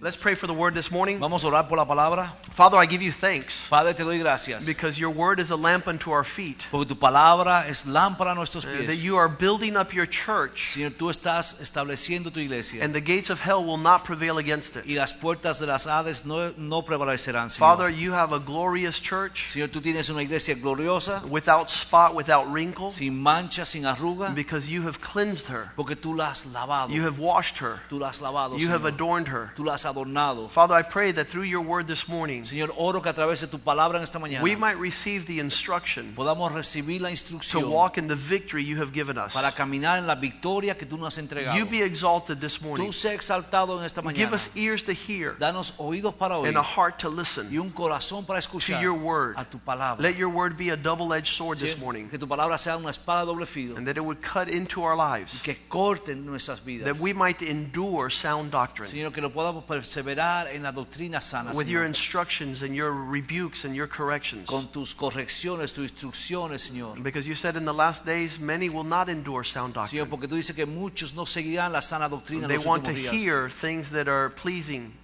Let's pray for the word this morning. Vamos a orar por la palabra. Father, I give you thanks Padre, te doy gracias. because your word is a lamp unto our feet. Porque tu palabra es lámpara a nuestros uh, that pies. you are building up your church, Señor, tú estás estableciendo tu iglesia. and the gates of hell will not prevail against Y it. las puertas de las Hades no, no prevalecerán, Father, Señor. you have a glorious church Señor, tú tienes una iglesia gloriosa, without spot, without wrinkle, sin mancha, sin arruga. because you have cleansed her, Porque tú la has lavado. you have washed her, Tú la has lavado, you have Señor. adorned her. Tú la has adornado. Father, I pray that through your word this morning, Señor, oro que a través de tu palabra en esta mañana we might receive the instruction podamos recibir la to instrucción walk in the victory you have given us. para caminar en la victoria que tú nos has entregado. You be exalted this morning. Tú sé exaltado en esta Give mañana. us ears to hear Danos oídos para oír and a heart to y listen. un corazón para escuchar your word. a tu palabra. Let your word be a double edged sword Sí, this morning, Que tu palabra sea una espada de doble filo and that it would cut into our y lives, que corte nuestras vidas. that we might endure sound doctrine Señor, que lo podamos perseverar en la doctrina sana, with Señor. your instructions and your rebukes and your corrections. con tus correcciones, tus instrucciones, Señor. Because you said in the last days, many will not endure sound Señor, doctrine. porque tú dices que muchos no seguirán la sana doctrina en They los want to últimos días. hear things that are pleasing,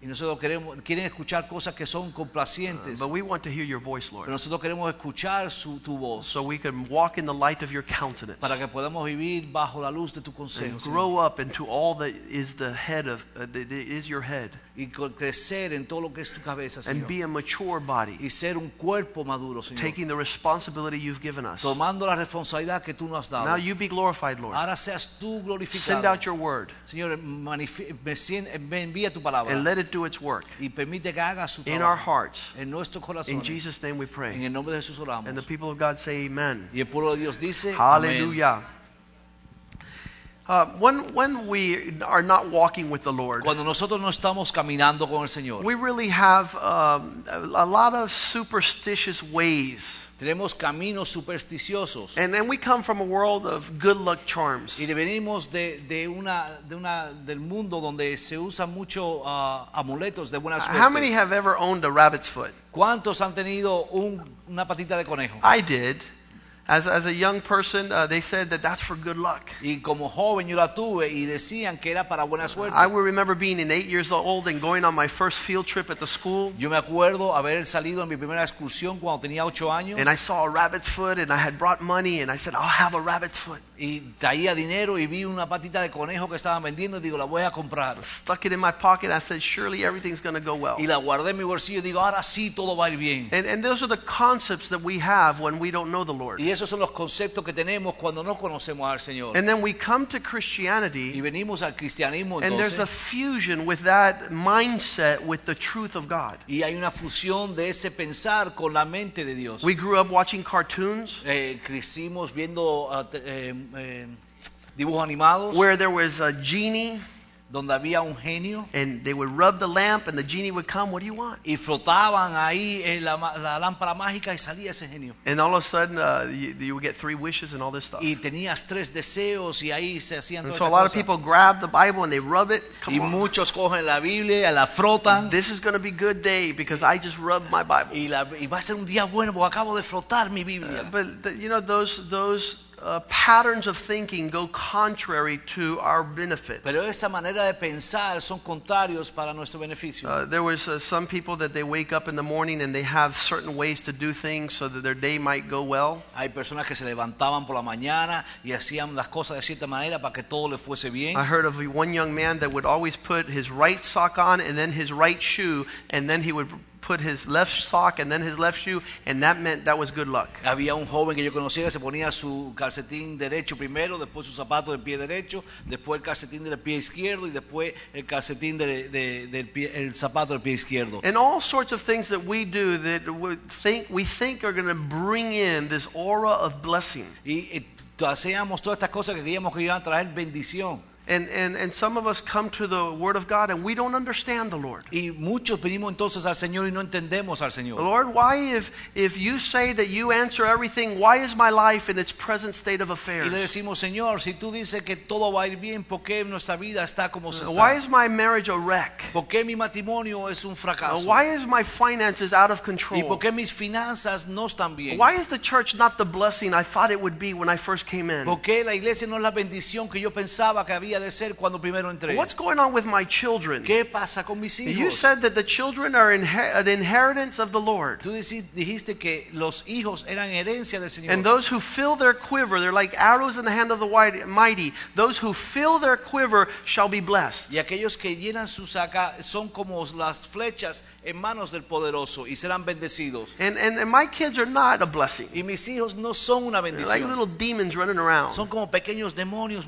Y nosotros queremos, quieren escuchar cosas que son complacientes. Ah, but we want to hear your voice, pero Lord, nosotros queremos escuchar su, tu voz so we can walk in the light of your countenance para que podamos vivir bajo la luz de tu and consejo Señor. grow up into all that is the head of, uh, that is your head, y co- crecer en todo lo que es tu cabeza, and Señor. be a mature body. Y ser un cuerpo maduro, Señor. taking the responsibility you've given us. tomando la responsabilidad que tú nos has Now dado. you be glorified, Lord. Ahora seas tú Send glorificado. out your word Señor, manifi- me sien- me envía tu palabra and let it do its work y permite que haga su in our trabajo hearts. en nuestros In corazones. Jesus' name we En pray. el nombre de Jesús oramos. And the people of God say, Amen. Y el pueblo de Dios dice, amén. Hallelujah. Uh, when, when we are not walking with the Lord, Cuando nosotros no estamos caminando con el Señor, we really have um, a a lot of superstitious ways. tenemos caminos supersticiosos And, and we come from a world of good luck charms. y de- venimos de, de una, de una, del mundo donde se usan mucho ah, amuletos de buena suerte. How many have ever owned a rabbit's foot? ¿Cuántos han tenido un- una patita de conejo? I did. As, as a young person, uh, they said that that's for good luck. Y como joven yo la tuve y decían que era para buena suerte. I will remember being in eight years old and going on my first field trip at the school, Yo me acuerdo haber salido en mi primera excursión cuando tenía ocho años and I saw a rabbit's foot, and I had brought money, and I said, I'll have a rabbit's foot. y traía dinero y vi una patita de conejo que estaban vendiendo y digo, la voy a comprar. Stuck it in my pocket. I said, surely everything's going to go well. Y la guardé en mi bolsillo y digo, ahora sí todo va a ir bien. And, and those are the concepts that we have when we don't know the Lord. Y esos son los conceptos que tenemos cuando no conocemos al Señor. And then we come to Y Christianity, venimos al cristianismo and there's a entonces fusion with that mindset with the truth of God. y hay una fusión de ese pensar con la mente de Dios. We grew up watching cartoons. Eh, crecimos viendo ah, te- eh, eh, dibujos animados where there was a genie donde había un genio and they would rub the lamp and the genie would come what do you want y flotaban ahí en la, ma- la lámpara mágica y salía ese genio. and all of a sudden uh, you, you would get three wishes and all this stuff Y tenías tres deseos y ahí se hacían and todas so a estas lot of cosas. people grab the bible and they rub it Y come on muchos cogen la Biblia, la frotan this is going to be good day because i just rubbed my bible y, la- y va a ser un día bueno porque acabo de frotar mi Biblia. but th- you know those those uh, patterns of thinking go contrary to our benefit Pero esa manera de pensar son contrarios para nuestro beneficio. uh, there was uh, some people that they wake up in the morning and they have certain ways to do things so that their day might go well Hay personas que se levantaban por la mañana y hacían las cosas de cierta manera para que todo le fuese bien. I heard of one young man that would always put his right sock on and then his right shoe, and then he would put his left sock and then his left shoe, and that meant that was good luck. Había un joven que yo conocía que se ponía su calcetín derecho primero, después su zapato del pie derecho, después el calcetín del pie izquierdo y después el calcetín de- de- del pie- el zapato del pie izquierdo. And all sorts of things that we do that we think, we think are going to bring in this aura of blessing. Y eh, t- hacíamos todas estas cosas que creíamos que iban a traer bendición. And, and, and some of us come to the Word of God and we don't understand the Lord. Y muchos venimos entonces al Señor y no entendemos al Señor. Lord, why, if, if you say that you answer everything, why is my life in its present state of Y le affairs? decimos, Señor, si tú dices que todo va a ir bien, ¿por qué nuestra vida está como se Why está? is my marriage a wreck? ¿Por qué mi matrimonio es un Uh, fracaso? why is my finances out of ¿Y por control? qué mis finanzas no están bien? Why is the church not the blessing I thought it would be when I first came in? ¿Por qué la iglesia no es la bendición que yo pensaba que había de ser cuando primero entré? What's going on with my children? ¿Qué pasa con mis You hijos? said that the children are inher- an inheritance of the Lord. Tú deci- dijiste que los hijos eran herencia del Señor. And those who fill their quiver, they're like arrows in the hand of the wide- mighty. Those who fill their quiver shall be blessed. y aquellos que llenan sus acá son como las flechas en manos del poderoso y serán bendecidos. And, and, and my kids are not a blessing. Y mis hijos no son una They're like bendición. little demons running around. Son como pequeños demonios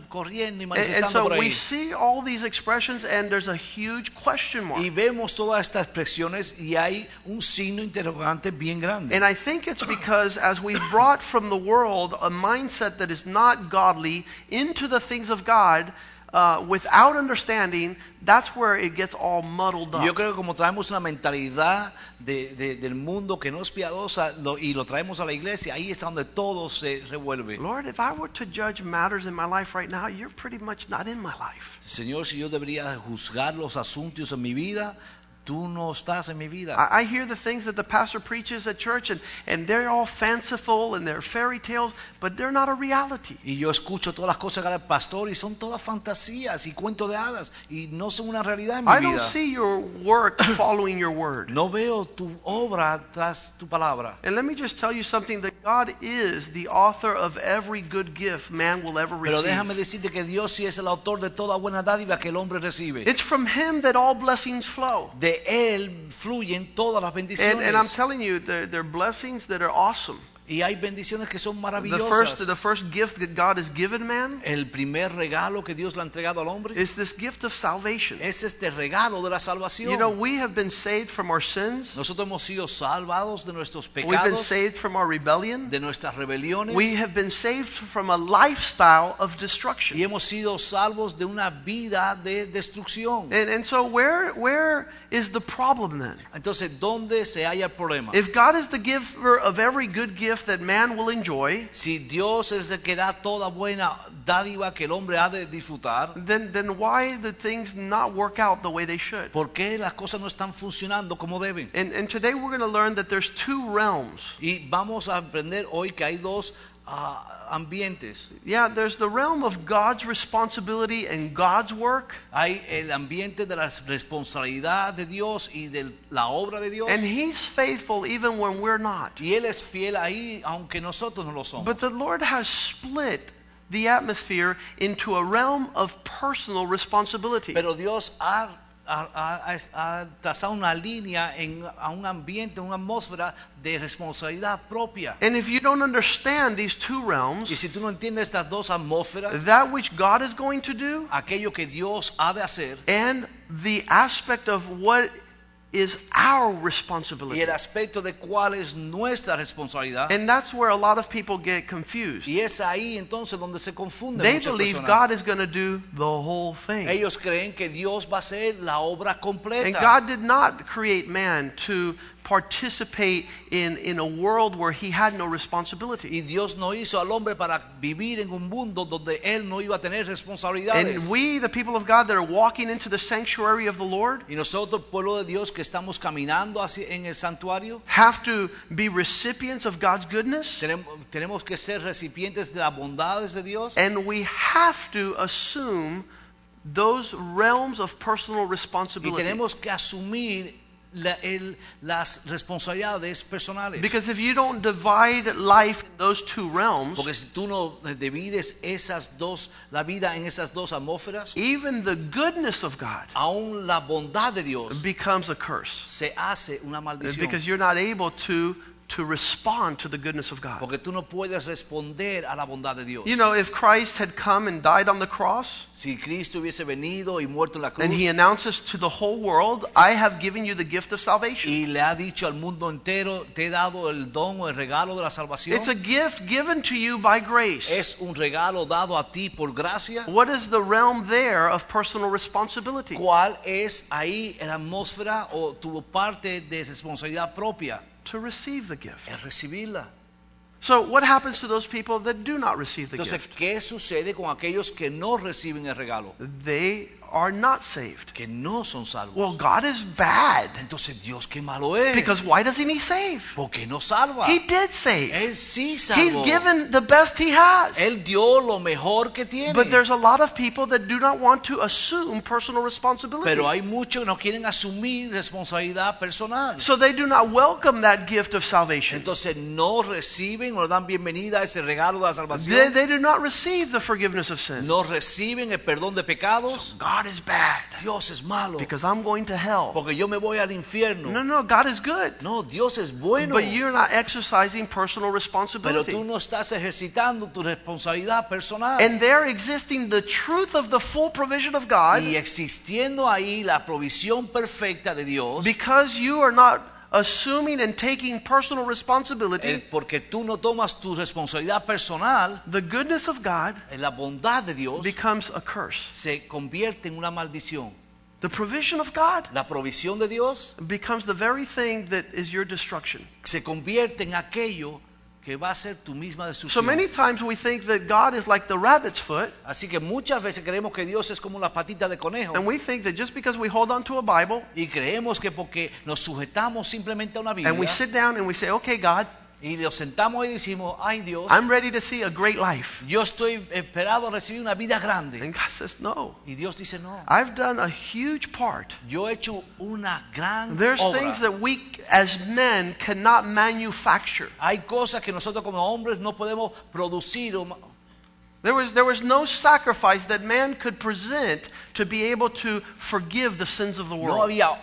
And, corriendo y and manifestando por so we ahí. see all these expressions, and there's a huge question mark. Y vemos todas estas expresiones y hay un signo interrogante bien grande. And I think it's because as we've brought from the world a mindset that is not godly into the things of God uh, without understanding, that's where it gets all muddled Yo up. creo que como traemos una mentalidad de- de- del mundo que no es piadosa lo- y lo traemos a la iglesia, ahí es donde todo se revuelve. Lord, if I were to judge matters in my life right now, you're pretty much not in my life. Señor, si yo debería juzgar los asuntos en mi vida, tú no estás en mi vida. I, I hear the things that the pastor preaches at church, and, and they're all fanciful and they're fairy tales, but they're not a reality. Y yo escucho todas las cosas que habla el pastor y son todas fantasías y cuentos de hadas y no son una realidad en mi I don't vida. see your work following your word. No veo tu obra tras tu palabra. And let me just tell you something that God is the author of every good gift man will ever Pero déjame receive. decirte que Dios sí es el autor de toda buena dádiva que el hombre recibe. It's from Him that all blessings flow. De Él fluyen todas las And, bendiciones. and I'm telling you, they're, they're blessings that are awesome. y hay bendiciones que son The maravillosas. first, the first gift that God has given man el primer regalo que Dios le ha entregado al hombre is this gift of salvation. es este regalo de la salvación. You know, we have been saved from our sins, Nosotros hemos sido salvados de nuestros we've been pecados, saved from our rebellion, de nuestras rebeliones we have been saved from a lifestyle of y destruction. hemos sido salvos de una vida de destrucción. And, and so, where, where is the problem then? Entonces, ¿dónde se halla el problema? If God is the giver of every good gift that man will enjoy, si Dios es el que da toda buena dádiva que el hombre ha de disfrutar, then, then why the things not work out the way they should? ¿Por qué las cosas no están funcionando como deben? And, and today we're going to learn that there's two realms. Y vamos a aprender hoy que hay dos ah, ambientes. Yeah, there's the realm of God's responsibility and God's work, Hay el ambiente de la responsabilidad de Dios y de la obra de Dios. and He's faithful even when we're not. Y Él es fiel ahí, aunque nosotros no lo somos. But the Lord has split the atmosphere into a realm of personal responsibility. Pero Dios ha, ha- ha- ha trazado una línea en, a un ambiente, una atmósfera de responsabilidad propia. And if you don't understand these two Y realms, si tú no entiendes estas dos atmósferas, that which God is going to do aquello que Dios ha de hacer and the aspect of what is our y responsibility. el aspecto de cuál es nuestra responsabilidad, And that's where a lot of people get confused. Y es ahí entonces donde se confunden They muchas believe personas. God is going to do the whole thing. Ellos creen que Dios va a hacer la obra And completa. God did not create man to participate in, in a world where he had no responsibility. y Dios no hizo al hombre para vivir en un mundo donde él no iba a tener responsabilidades. And we, the people of God that are walking into the sanctuary of the Lord, y nosotros, pueblo de Dios, que estamos caminando hacia, en el santuario, have to be recipients of God's goodness. tenemos, tenemos que ser recipientes de las bondades de Dios. And we have to assume those realms of personal Y responsibility. tenemos que asumir la- el- las responsabilidades personales. Because if you don't divide life in those two realms, Porque si tú no divides esas dos, la vida en esas dos atmósferas, even the goodness of God aún la bondad de Dios becomes a curse se hace una maldición because you're not able to to respond to the goodness of God. porque tú no puedes responder a la bondad de Dios. You know, if Christ had come and died on the cross Si Cristo hubiese venido y muerto en la cruz and he announces to the whole world, I have given you the gift of salvation. y le ha dicho al mundo entero, te he dado el don o el regalo de la salvación, It's a gift given to you by grace. es un regalo dado a ti por gracia. What is the realm there of personal responsibility? ¿Cuál es ahí la atmósfera o tu parte de responsabilidad propia? To receive the gift. Es recibirla. So, what happens to those people that do not receive the Entonces, gift? ¿qué sucede con aquellos que no reciben el regalo? They are not saved. que no son salvos. Well, God is bad. Entonces Dios qué malo es. Because why doesn't He save? porque no salva. He did save. Él sí He's salvó. given the best He has. Él dio lo mejor que tiene. But there's a lot of people that do not want to assume personal responsibility. Pero hay muchos que no quieren asumir responsabilidad personal. So they do not welcome that gift of salvation. Entonces no reciben, no dan bienvenida a ese regalo de la They, salvación. they do not receive the forgiveness of sin. No reciben el perdón de pecados. God is bad Dios es malo. because I'm going to hell. Porque yo me voy al No, infierno. no, God is good. No, Dios es bueno. But you're not exercising personal Pero tú responsibility. no estás ejercitando tu responsabilidad personal. And there existing the truth of the full provision of God Y existiendo ahí la provisión perfecta de Dios, because you are not assuming and taking personal responsibility. eh, porque tú no tomas tu responsabilidad personal, The goodness of God eh, la bondad de Dios becomes a curse. se convierte en una maldición. The provision of God La provisión de Dios becomes the very thing that is your destruction. se convierte en aquello que va a ser tu misma So destrucción. many times we think that God is like the rabbit's foot, Así que muchas veces creemos que Dios es como la patita de conejo and we think that just because we hold on to a Bible y creemos que porque nos sujetamos simplemente a una Biblia and we sit down and we say, okay, God, y nos sentamos y decimos, ay Dios, I'm ready to see a great life. yo estoy esperado a recibir una vida grande. And God says, no, Y Dios dice, no, I've done a huge part. yo he hecho una gran There's obra. things that we as men cannot manufacture. Hay cosas que nosotros como hombres no podemos producir. o ma- There was, there was no sacrifice that man could present to be able to forgive the sins of the No world. había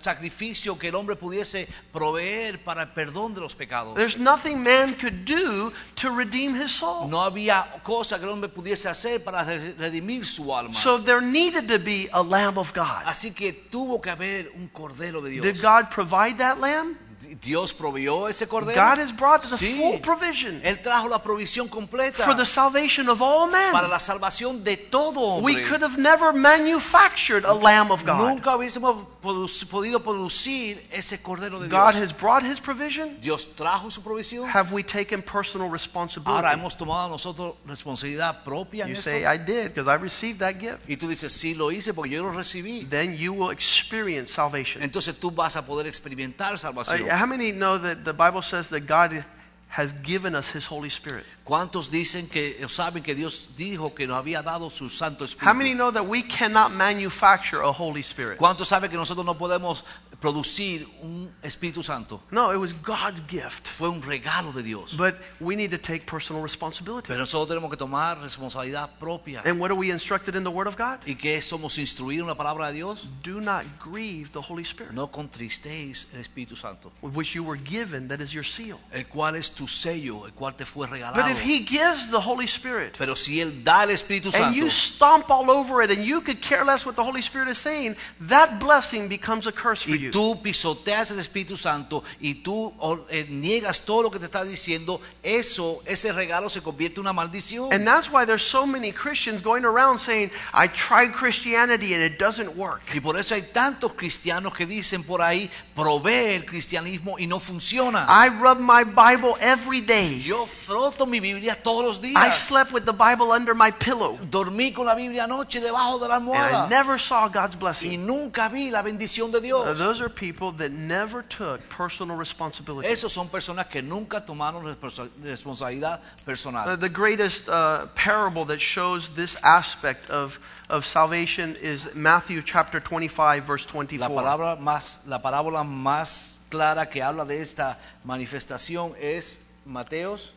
sacrificio que el hombre pudiese proveer para el perdón de los pecados. There's nothing man could do to redeem his soul. No había cosa que el hombre pudiese hacer para re- redimir su alma. So there needed to be a Lamb of God. Así que tuvo que haber un cordero de Did Dios. God provide that lamb? Dios proveyó ese cordero. God has brought the Sí. full provision Él trajo la provisión completa for the salvation of all para men. la salvación de todo We hombre. could have never manufactured a Lamb of God. Nunca hubiésemos produ- podido producir ese cordero de God Dios. has brought his provision. Dios trajo su provisión. Have we taken personal Ahora responsibility? hemos tomado nosotros responsabilidad propia. en You esto. say, "Ah." I did because I received that gift. y tú dices, sí, lo hice porque yo lo recibí. Then you will experience salvation. Entonces tú vas a poder experimentar Uh, salvación. how many know that the Bible says that God has given us his Holy Spirit? ¿Cuántos dicen que o saben que Dios dijo que nos había dado su Santo How many Espíritu? know that we cannot manufacture a Holy Spirit? ¿Cuántos saben que nosotros no podemos producir un Espíritu Santo? No, it was God's gift. Fue un regalo de Dios. But we need to take personal responsibility. Pero nosotros tenemos que tomar responsabilidad propia. And what are we instructed in the Word of God? ¿Y que somos instruidos en la palabra de Dios? Do not grieve the Holy Spirit, No contristéis el Espíritu Santo, which you were given, that is your seal. el cual es tu sello, el cual te fue regalado. But if He gives the Holy Spirit, Pero si Él da el Espíritu and Santo you stomp all over it, and you could care less what the Holy Spirit is saying, that blessing becomes a curse for y you. tú pisoteas el Espíritu Santo y tú o- eh, niegas todo lo que te está diciendo, eso, ese regalo se convierte en una maldición. And that's why there's so many Christians going around saying, I tried Christianity and it doesn't work. Y por eso hay tantos cristianos que dicen por ahí, provee el cristianismo y no funciona. I rub my Bible every day. Yo froto mi Biblia todos los I días. slept with the Bible under my pillow. Dormí con la Biblia anoche debajo de la And I almohada. never saw God's Y blessing. nunca vi la bendición de Uh, Dios. those are people that never took personal responsibility. Esos son personas que nunca tomaron responsa- responsabilidad Uh, personal. the greatest uh, parable that shows this aspect of, of salvation is Matthew chapter 25, verse La 24. palabra más, la parábola más clara que habla de esta manifestación es Mateos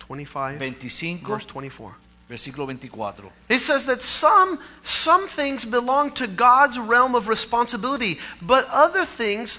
25, 25, verse 24. versículo 24. It says that some, some things belong to God's realm of responsibility, but other things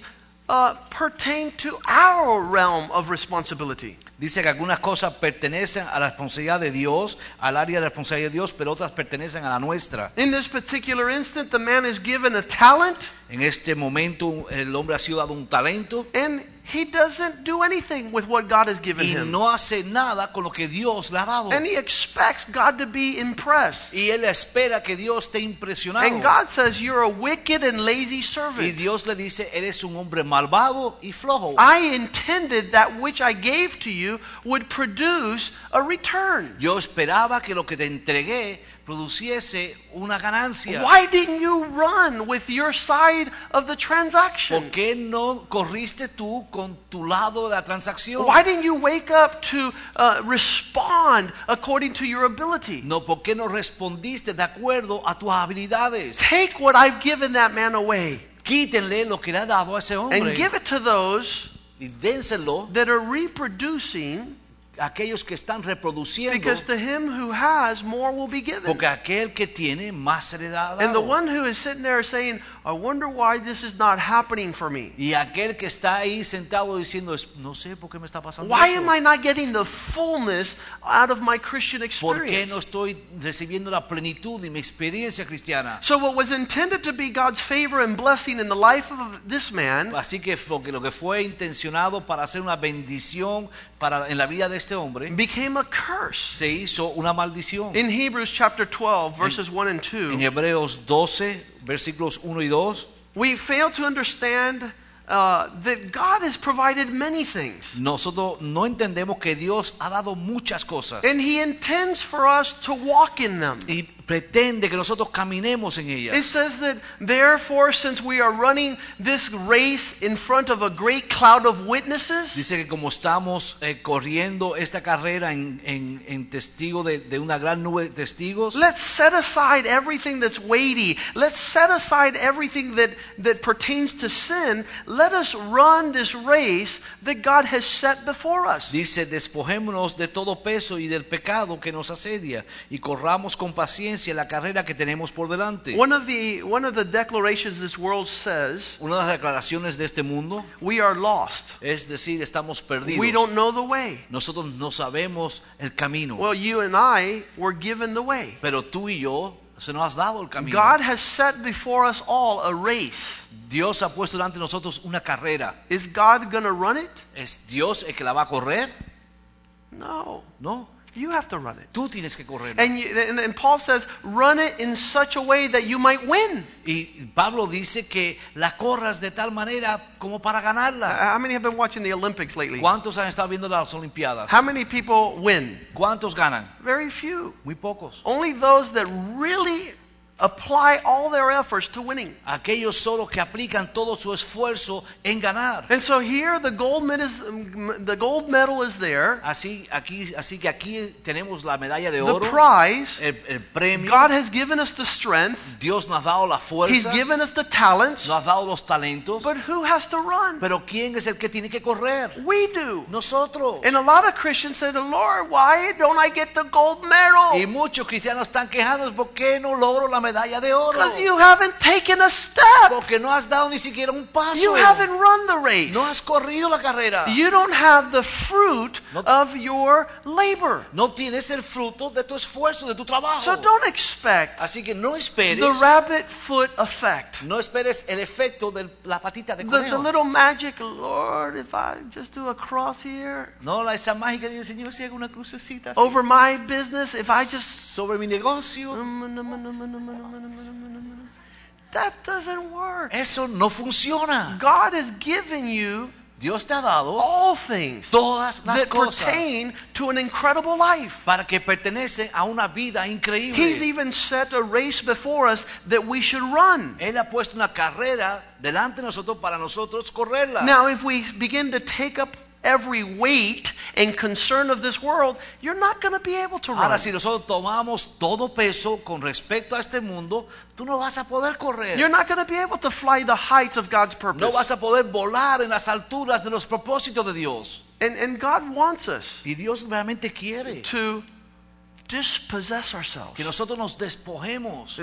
uh, pertain to our realm of responsibility. Dice que algunas cosas pertenecen a la responsabilidad de Dios, al área de la responsabilidad de Dios, pero otras pertenecen a la nuestra. In this particular instant, the man is given a talent En este momento el hombre ha sido dado un talento and he doesn't do anything with what God has given y him. no hace nada con lo que Dios le ha dado. And he expects God to be impressed. Y él espera que Dios esté impresionado. And God says, You're a wicked and lazy Y servant. Dios le dice, eres un hombre malvado y flojo. I intended that which I gave to you would produce a return. Yo esperaba que lo que te entregué produciese una ganancia. Why didn't you run with your side of the ¿Por transaction? qué no corriste tú con tu lado de la transacción? Why didn't you wake up to uh, respond according to your ability? No, ¿por qué no respondiste de acuerdo a tus habilidades? Take what I've given that man away Quítenle lo que le ha dado a ese and give hombre it to those y dénselo that are reproducing, a aquellos que están reproduciendo, because to him who has, more will be given. porque aquel que tiene más se le da And the dado. one who is sitting there saying, I wonder why this is not happening for me. Y aquel que está ahí sentado diciendo, "Es- no sé por qué me está pasando Why esto. am I not getting the fullness out of my Christian ¿Por qué experience? no estoy recibiendo la plenitud de mi experiencia cristiana? So, what was intended to be God's favor and blessing in the life of this man Así que fo- que lo que fue intencionado para hacer una bendición para, en la vida de este hombre, became a curse. se hizo una maldición. In Hebrews chapter 12, verses 1 and En 2, Hebreos 12, versículos 1 y 2, we fail to understand uh, that God has provided many things. nosotros no entendemos que Dios ha dado muchas cosas And He intends for us to walk in them. y pretende que nosotros caminemos en It ellas. says that, therefore, since we are running this race in front of a great cloud of witnesses, Dice que como estamos eh, corriendo esta carrera en, en- en testigo de, de una gran nube de testigos, let's set aside everything that's weighty. Let's set aside everything that, that pertains to sin. Let us run this race that God has set before us. dice, despojémonos de todo peso y del pecado que nos asedia y corramos con paciencia la carrera que tenemos por delante. One of the, one of the declarations this world says, Una de las declaraciones de este mundo we are lost. es decir, estamos We perdidos. don't know the way. Nosotros no sabemos el camino. Well, you and I were given the way. Pero tú y yo se nos has dado el camino. God has set before us all a race. Dios ha puesto delante de nosotros una carrera. Is God going to run it? ¿Es Dios el que la va a correr? No, No, you have to run it. tú tienes que correr. And, you, and, and Paul says, run it in such a way that you might win. Y Pablo dice que la corras de tal manera como para Uh, ganarla. How many have been watching the Olympics lately? ¿Cuántos han estado viendo las Olimpiadas? How many people win? ¿Cuántos ganan? Very few. Muy pocos. Only those that really apply all their efforts to winning. Aquellos solo que aplican todo su esfuerzo en ganar. And so here the gold, med is, the gold medal is there, Así, aquí, así que aquí tenemos la medalla de the oro, prize. el, el premio. God has given us the strength, Dios nos ha dado la He's fuerza, given us the talents, nos ha dado los talentos. but who has to run? Pero ¿quién es el que tiene que correr? We do. Nosotros. And a lot of Christians say, "The Lord, why don't I get the gold medal? Y muchos cristianos están quejados ¿por qué no logro la medalla de oro? Because you haven't taken a step. Porque no has dado ni siquiera un paso. You haven't run the race. No has corrido la carrera. You don't have the fruit No- of your labor. No tienes el fruto de tu esfuerzo, de tu trabajo. So don't expect Así que no esperes, the rabbit foot effect. no esperes el efecto de la patita de The, the conejo. little magic, Lord, if I just do a cross here No, la- esa mágica dice, Señor, si hago una crucecita así over my business, if I just. sobre mi negocio. That doesn't work. Eso no funciona. God has given you Dios te ha dado all things todas las that cosas pertain to an incredible life. para que pertenecen a una vida increíble. He's even set a race before us that we should run. Él ha puesto una carrera delante de nosotros para nosotros correrla. Now, if we begin to take up every weight and concern of this world, you're not going to be able to Ahora, run. si nosotros tomamos todo peso con respecto a este mundo, tú no vas a poder correr. You're not going to be able to fly the heights of God's no vas purpose. a poder volar en las alturas de los propósitos de Dios. And, and God wants us Y Dios realmente quiere to dispossess ourselves. Uh, que nosotros nos despojemos,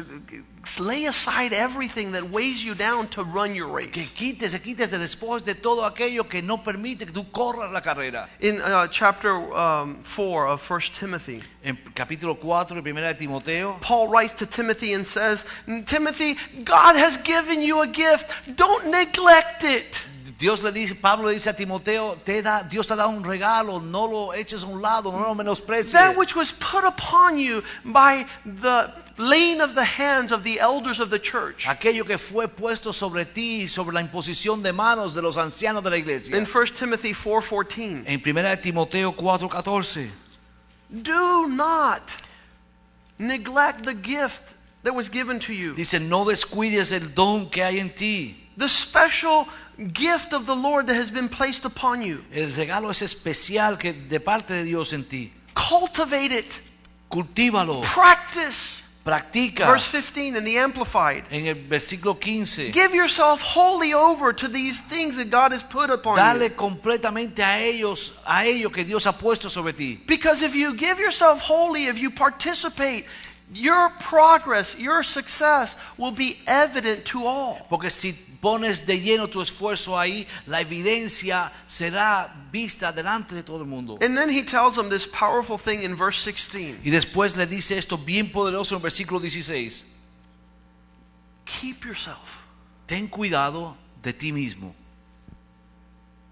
Lay aside everything that weighs you down to run your que race. quites, te quites de después de todo aquello que no permite que tú corras la carrera. In uh, chapter um, 4 of 1 Timothy, En capítulo 4 de 1 de Timoteo, Paul writes to Timothy and says, Timothy, God has given you a gift. Don't neglect it. Dios le dice, Pablo le dice a Timoteo, te da, Dios te da un regalo, no lo eches a un lado, no lo menosprecies. That which was put upon you by the laying of the hands of the elders of the church. Aquello que fue puesto sobre ti, sobre la imposición de manos de los ancianos de la iglesia. In 1 Timothy 4:14, En 1 de Timoteo 4:14, do not neglect the gift that was given to you. Dice, no descuides el don que hay en ti. The special gift of the Lord that has been placed upon you. El regalo es especial que de parte de Dios en ti. Cultivate it. Cultívalo, Practice. practica. Verse 15 in the Amplified. En el versículo 15, Give yourself wholly over to these things that God has put upon you. dale completamente a ellos, a ello que Dios ha puesto sobre ti. Because if you give yourself wholly, if you participate, your progress, your success will be evident to all. Porque si pones de lleno tu esfuerzo ahí, la evidencia será vista delante de todo el mundo. And then he tells them this powerful thing in verse 16 Y después le dice esto bien poderoso en el versículo 16. Keep yourself. Ten cuidado de ti mismo.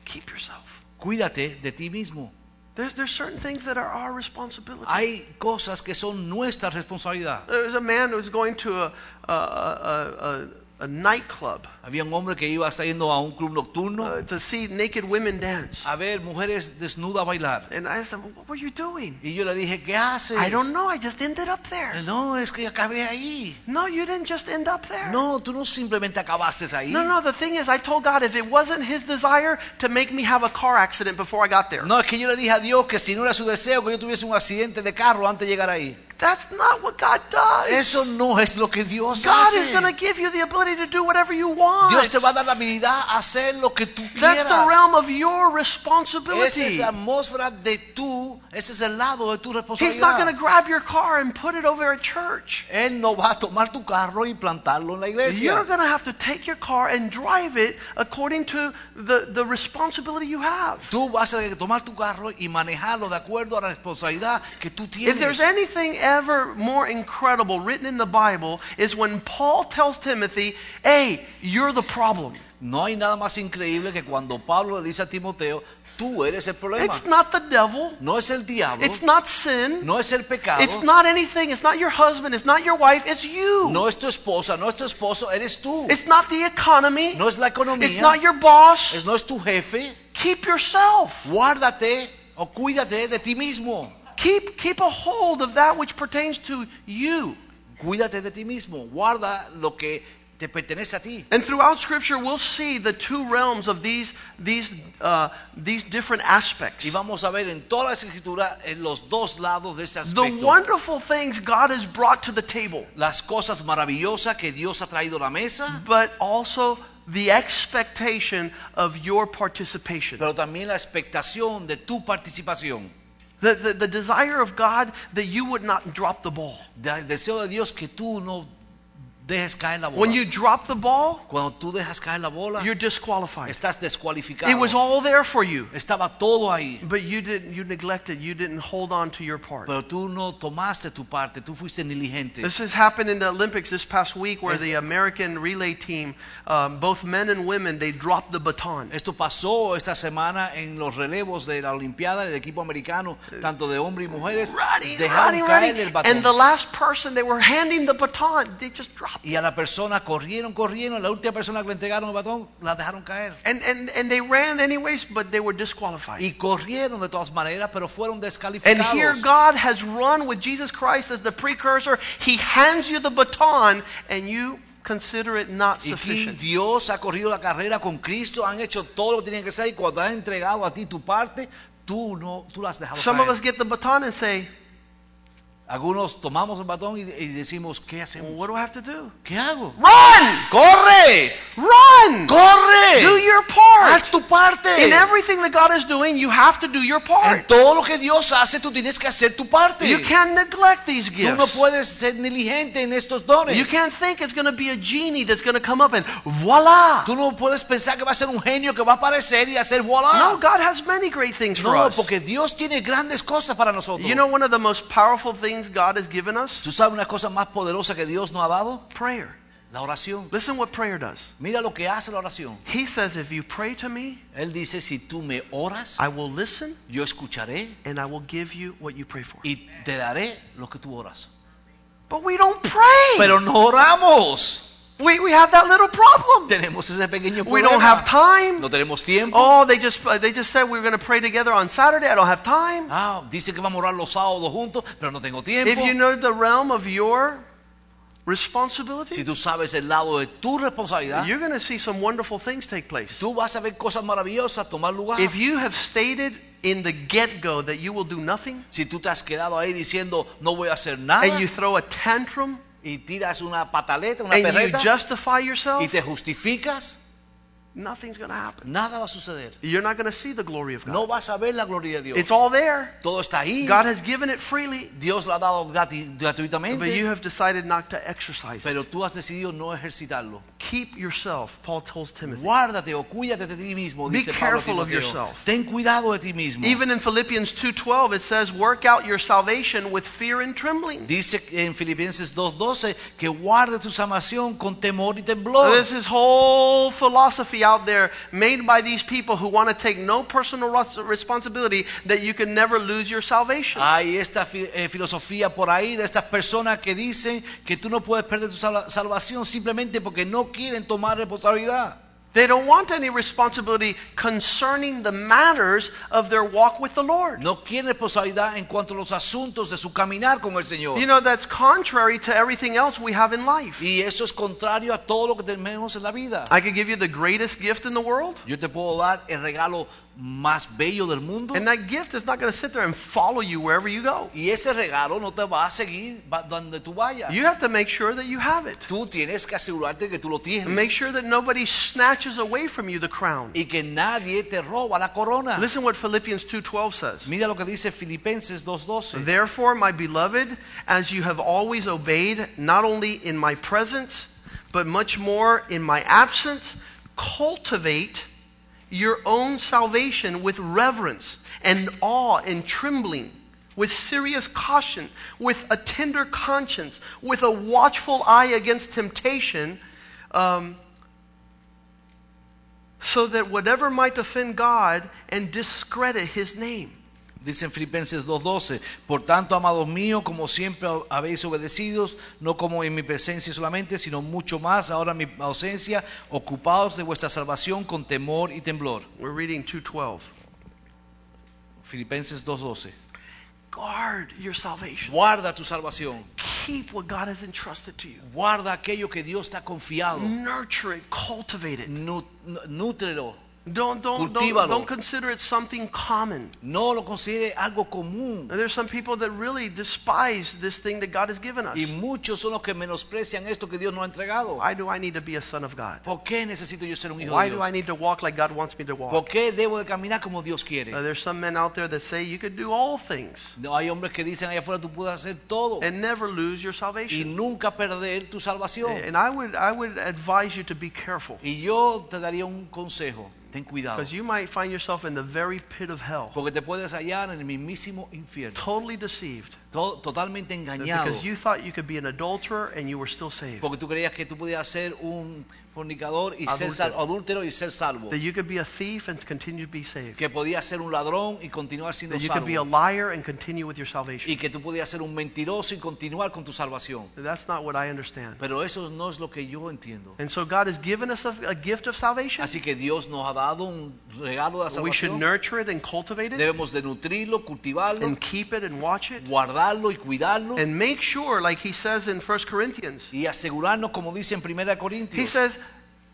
Keep yourself. Cuídate de ti mismo. There's, there's certain things that are our responsibility. Hay cosas que son nuestra responsabilidad. there was a man who was going to a, a, a, a, a nightclub Había un hombre que iba hasta yendo a un club nocturno uh, to see naked women dance. a ver mujeres desnudas bailar. And I asked him, What were you doing? Y yo le dije, ¿qué haces? I don't know. I just ended up there. No, es que acabé ahí. No, you didn't just end up there. No, tú no simplemente acabaste ahí. No, no, the thing is, I told God if it wasn't His desire to make me have a car accident before I got there, No, es que yo le dije a Dios que si no era su deseo que yo tuviese un accidente de carro antes de llegar ahí. that's not what God does. Eso no es lo que Dios God hace. is going to give you the ability to do whatever you want. Dios te va a dar la habilidad a hacer lo que tú That's quieras. the realm of your Esa es responsibility. la atmósfera de tú, ese es el lado de tu He's not responsabilidad. going to grab your car and put it over at church. Él no va a tomar tu carro y plantarlo en la You're iglesia. going to have to take your car and drive it according to the, the responsibility you have. Tú vas a tomar tu carro y manejarlo de acuerdo a la responsabilidad que tú If there's tienes. anything ever more incredible written in the Bible, is when Paul tells Timothy, hey, you're the problem. No hay nada más increíble que cuando Pablo le dice a Timoteo, tú eres el problema. It's not the devil. No es el diablo, It's not sin. no es el pecado, It's not anything. It's not your husband. It's not your wife. It's you. no es tu esposa, no es tu esposo, eres tú. It's not the economy. No es la It's economía, not your boss. es- no es tu jefe. Keep yourself. Guárdate o cuídate de ti mismo. Keep, keep a hold of that which pertains to you. Cuídate de ti mismo, guarda lo que te pertenece a ti. And throughout Scripture, we'll see the two realms of these, these, uh, these different aspects. Y vamos a ver en toda la escritura en los dos lados de ese The aspecto. wonderful things God has brought to the table, Las cosas maravillosas que Dios ha traído a la mesa, but also the expectation of your participation. pero también la expectación de tu participación. The, the, the desire of God that you would not drop the ball. Da- El deseo de Dios que tú no dejes caer la When bola. you drop the ball, Cuando tú dejas caer la bola, you're disqualified. estás It was descualificado. all there for you, Estaba todo ahí, but you didn't. You neglected. You didn't hold on to your part. pero tú no tomaste tu parte, tú fuiste negligente. This has happened in the Olympics this past week, where the American relay team, um, both men and women, they dropped the baton. Esto pasó esta semana en los relevos de la Olimpiada del equipo americano, tanto de hombres y mujeres, Running, dejaron running, caer running, el and the batón. last person they were handing the baton, they just dropped. it. Y a la persona corrieron, corrieron, la última persona que le entregaron el batón, la dejaron caer. And, and, and they ran anyways, but they were disqualified. Y corrieron de todas maneras, pero fueron And descalificados. here God has run with Jesus Christ as the precursor. He hands you the baton and you consider it not y aquí sufficient. Dios ha corrido la carrera con Cristo, han hecho todo lo que tenían que hacer y cuando han entregado a ti tu parte, tú no, tú la has dejado Some of caer. us get the baton and say, Algunos tomamos el batón y, y decimos, ¿qué well, hacemos? what do I have to do? ¿Qué hago? Run! ¡Corre! Run! ¡Corre! Do your part. Haz tu parte. In everything that God is doing, you have to do your En part. todo lo que Dios hace, tú tienes que hacer tu parte. You can't neglect these Tú no gifts. puedes ser negligente en estos dones. You can't think it's going to be a genie that's going to come up and voila. Tú no puedes pensar que va a ser un genio que va a aparecer y hacer No, voilà. God has many great things for us. porque Dios tiene grandes cosas para nosotros. You know, one of the most powerful things God has given us? ¿Tú sabes una cosa más poderosa que Dios nos ha dado? Prayer. La oración. Listen what prayer does. Mira lo que hace la oración. He says, If you pray to me, Él dice, si tú me oras, I will listen yo escucharé and I will give you what you pray for. y te daré lo que tú oras. But we don't pray. Pero no oramos. We, we have that little problem. Tenemos ese pequeño We problema. don't have time. No tenemos tiempo. Oh, they just, they just said we were going to pray together on Saturday. I don't have time. Ah, dice que vamos a orar los sábados juntos, pero no tengo tiempo. If you know the realm of your si responsibility, tú sabes el lado de tu responsabilidad, you're going to see some wonderful things take place. tú vas a ver cosas maravillosas tomar lugar. If you have stated in the get go that you will do nothing si tú te has quedado ahí diciendo no voy a hacer nada and you throw a tantrum y tiras una pataleta, una and you perreta justify y yourself, te justificas, nothing's going to happen. nada va a suceder. You're not going to see the glory of No God. vas a ver la gloria de Dios. It's all there. Todo está ahí. God has given it freely, Dios la ha dado grati- but gratuitamente, you have decided not to exercise it. pero tú has decidido no ejercitarlo. Keep yourself, Paul tells Timothy. Guárdate o cuídate de ti mismo, Be dice Pablo a careful of Timoteo. yourself. Ten cuidado de ti mismo. Even in Philippians 2:12 it says work out your salvation with fear and trembling. Dice en Filipenses 2:12 que guarde tu salvación con temor y So temblor. there's this whole philosophy out there made by these people who want to take no personal res- responsibility that you can never lose your salvation. Hay esta fi- eh, filosofía por ahí de estas personas que dicen que tú no puedes perder tu salva- salvación simplemente porque no quieren tomar responsabilidad. They don't want any responsibility concerning the matters of their walk with the Lord. No quieren responsabilidad en cuanto a los asuntos de su caminar con el Señor. You know that's contrary to everything else we have in life. Y eso es contrario a todo lo que tenemos en la vida. E- I could give you the greatest gift in the world, Yo te puedo dar el regalo más bello del mundo. and that gift is not going to sit there and follow you wherever you go. Y ese regalo no te va a seguir va- donde tú vayas. You have to make sure that you have it. Tú tienes que asegurarte que tú lo Make tienes. sure that nobody snatches away from you the crown. Y que nadie te roba la corona. Listen what Philippians 2:12 says. Mira lo que dice Filipenses 2.12. Therefore, my beloved, as you have always obeyed, not only in my presence, but much more in my absence, cultivate your own salvation with reverence and awe and trembling, with serious caution, with a tender conscience, with a watchful eye against temptation, um, so that whatever might offend God and discredit his name. Dice en Filipenses 2.12, por tanto, amados míos, como siempre habéis obedecido, no como en mi presencia solamente, sino mucho más ahora en mi ausencia, ocupados de vuestra salvación con temor y temblor. We're reading 212. Filipenses 2.12. Guard your salvation. Guarda tu salvación, Keep what God has entrusted to you. guarda aquello que Dios te ha confiado, Nurture it, cultivate it. Nu- nu- nútrelo, Don't, don't, don't, Cultívalo. don't consider it something common. no lo considere algo común. And There's some people that really despise this thing that God has given us. Y muchos son los que menosprecian esto que Dios nos ha entregado. Why do I need to be a son of God? ¿Por qué necesito yo ser un hijo Why de do I Dios? need to walk like God wants me to ¿Por walk? qué debo de caminar como Dios quiere? Uh, there's some men out there that say you could do all things No, hay hombres que dicen allá afuera tú puedes hacer todo and never lose your y salvation. nunca perder tu salvación. And I would, I would advise you to be careful y yo te daría un consejo, ten cuidado, because you might find yourself in the very pit of hell, porque te puedes hallar en el mismísimo infierno, totally deceived. to- totalmente engañado, Because you thought you could be an adulterer and you were still saved. porque tú creías que tú podías ser un fornicador y ser Adúltero. sal- adúltero y ser salvo, That you could be a thief and continue to be saved. que podías ser un ladrón y continuar siendo That you could be a salvo, liar and continue with your salvation. y que tú podías ser un mentiroso y continuar con tu salvación. That's not what I understand. Pero eso no es lo que yo entiendo. And so God has given us a, a gift of salvation. Así que Dios nos ha dado un regalo de We should salvación. nurture it and cultivate it Debemos de nutrirlo, cultivarlo, and keep it and watch it guardarlo y cuidarlo and make sure, like he says in 1 Corinthians, y asegurarnos, como dice en 1 he Corintios, says,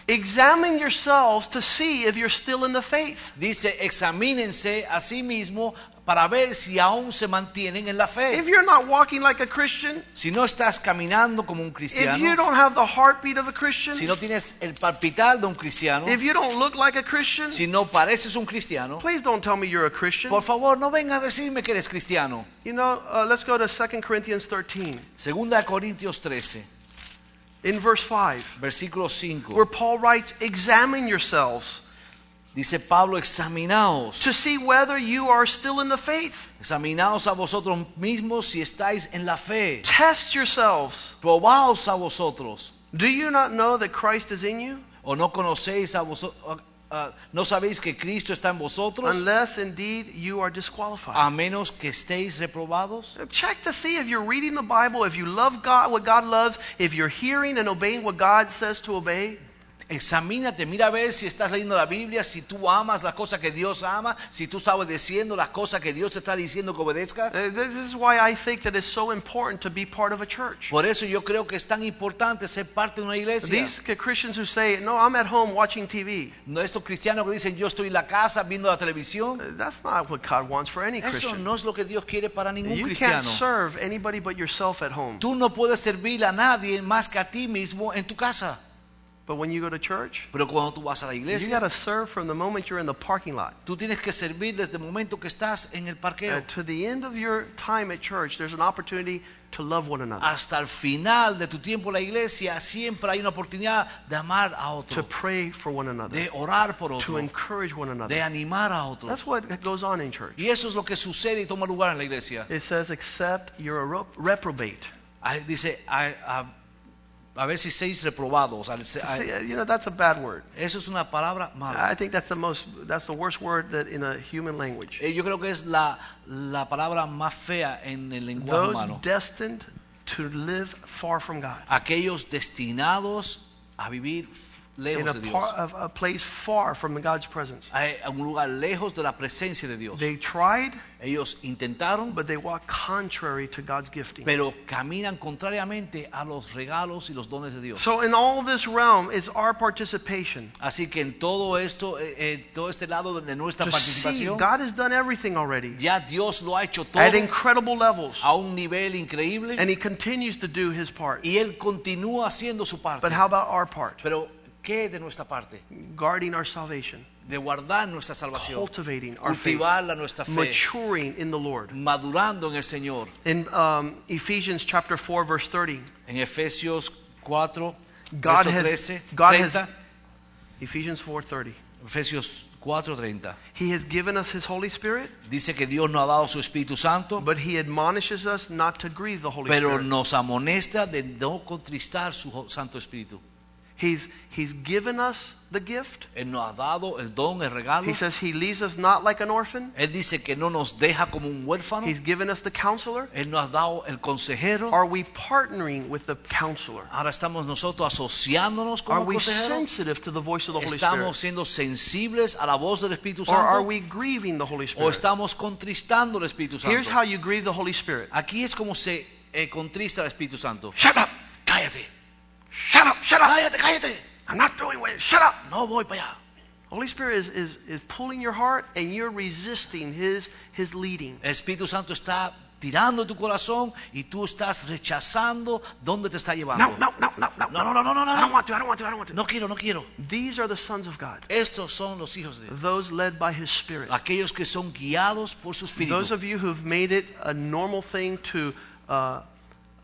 examine yourselves to see if you're still in the faith. dice, examínense a sí mismos para ver si aún se mantienen en la If fe. you're not walking like a Christian, Si no estás caminando como un if you cristiano, don't have the heartbeat of a Christian, si no tienes el palpitar de un cristiano, if you don't look like a Christian, si no pareces un cristiano, Please don't tell me you're a Christian. por favor no vengas a decirme que eres cristiano. You know, uh, let's go to 2 Corinthians 13, Segunda de Corintios 13, in verse 5, versículo 5, where Paul writes, Examine yourselves dice Pablo, examinaos, to see whether you are still in the faith. examinaos a vosotros mismos si estáis en la fe, Test yourselves. probaos a vosotros. Do you not know that Christ is in you? ¿O no conocéis a vosotros? ah, ¿no sabéis que Cristo está en vosotros? unless indeed you are disqualified. A menos que estéis reprobados. Check to see if you're reading the Bible, if you love God, what God loves, if you're hearing and obeying what God says to obey. Examínate, mira a ver si estás leyendo la Biblia, si tú amas las cosas que Dios ama, si tú estás obedeciendo las cosas que Dios te está diciendo que obedezcas. Uh, This is why I think that it's so important to be part of a church. Por eso yo creo que es tan importante ser parte de una iglesia. These Christians who say, No, I'm at home watching TV, no estos cristianos que dicen yo estoy en la casa viendo la televisión. Uh, that's not what God wants for any Eso Christian. no es lo que Dios quiere para ningún You can't cristiano. serve anybody but yourself at home. Tú no puedes servir a nadie más que a ti mismo en tu casa. But when you go to church, Pero cuando tú vas a la you iglesia, got to serve from the moment you're in the parking lot. tú tienes que servir desde el momento que estás en el Uh, parqueo. to the end of your time at church, there's an opportunity to love one another, Hasta el final de tu tiempo en la iglesia siempre hay una oportunidad de amar a to otro, pray for one another, de orar por to otro, encourage one de another. animar a otro. That's what goes on in church. Y eso es lo que sucede y toma lugar en la iglesia. It says, except you're a rep- reprobate. Ah, Dice, a, a- a ver si seis reprobados. al se- a- See, uh, you know, that's a bad word. Eso es una palabra mala. I think that's the most, that's the worst word that in a human language. Eh, Yo creo que es la, la palabra más fea en el lenguaje Those humano. destined to live far from God, Aquellos destinados a vivir f- in a, lejos de Dios. par, of a place far from the God's presence. A a un lugar lejos de la presencia de Dios. They tried, Ellos intentaron, but they walked contrary to God's gifting. pero caminan contrariamente a los regalos y los dones de Dios. So in all this realm is our participation. Así que en todo esto, eh, eh, todo este lado de nuestra To see participación, God has done everything already ya Dios lo ha hecho todo at incredible levels, a un nivel increíble and He continues to do His part. y Él continúa haciendo su parte. But how about our part? Pero, ¿qué de nuestra parte? Guarding our salvation, de guardar nuestra salvación, cultivating our faith, cultivarla nuestra fe, maturing in the Lord. madurando en el Señor. In um, Ephesians chapter 4, verse 30, En Efesios 4, God verso has- 13, God 30, has- Ephesians 4:30, Efesios 4, 30, He has given us His Holy Spirit, dice que Dios nos ha dado su Espíritu Santo, but He admonishes us not to grieve the Holy pero Spirit. nos amonesta de no contristar su jo- Santo Espíritu. He's, he's given us the gift. Él nos ha dado el don, el regalo. He says He leaves us not like an orphan. Él dice que no nos deja como un huérfano. He's given us the counselor. Él nos ha dado el consejero. Are we partnering with the counselor? Ahora estamos nosotros asociándonos con Are el we consejero. sensitive to the voice of the Holy Estamos Spirit? siendo sensibles a la voz del Espíritu Or Santo. are we grieving the Holy o Spirit? estamos contristando al Espíritu Here's how Santo. you grieve the Holy Spirit. Aquí es como se eh, contrista al Espíritu Santo. Shut up! Cállate, Shut up! Shut up! cállate, cállate. I'm not doing it. Shut up! No voy para allá. Holy Spirit is, is, is pulling your heart and you're resisting his, his leading. El Espíritu Santo está tirando tu corazón y tú estás rechazando dónde te está llevando. No, no, no, no, no, no, no, no, no, I don't no. want to, I don't want to, I don't want to. No quiero, no quiero. These are the sons of God, Estos son los hijos de Dios. those led by his spirit. Aquellos que son guiados por su Those Espíritu. of you who've made it a normal thing to uh,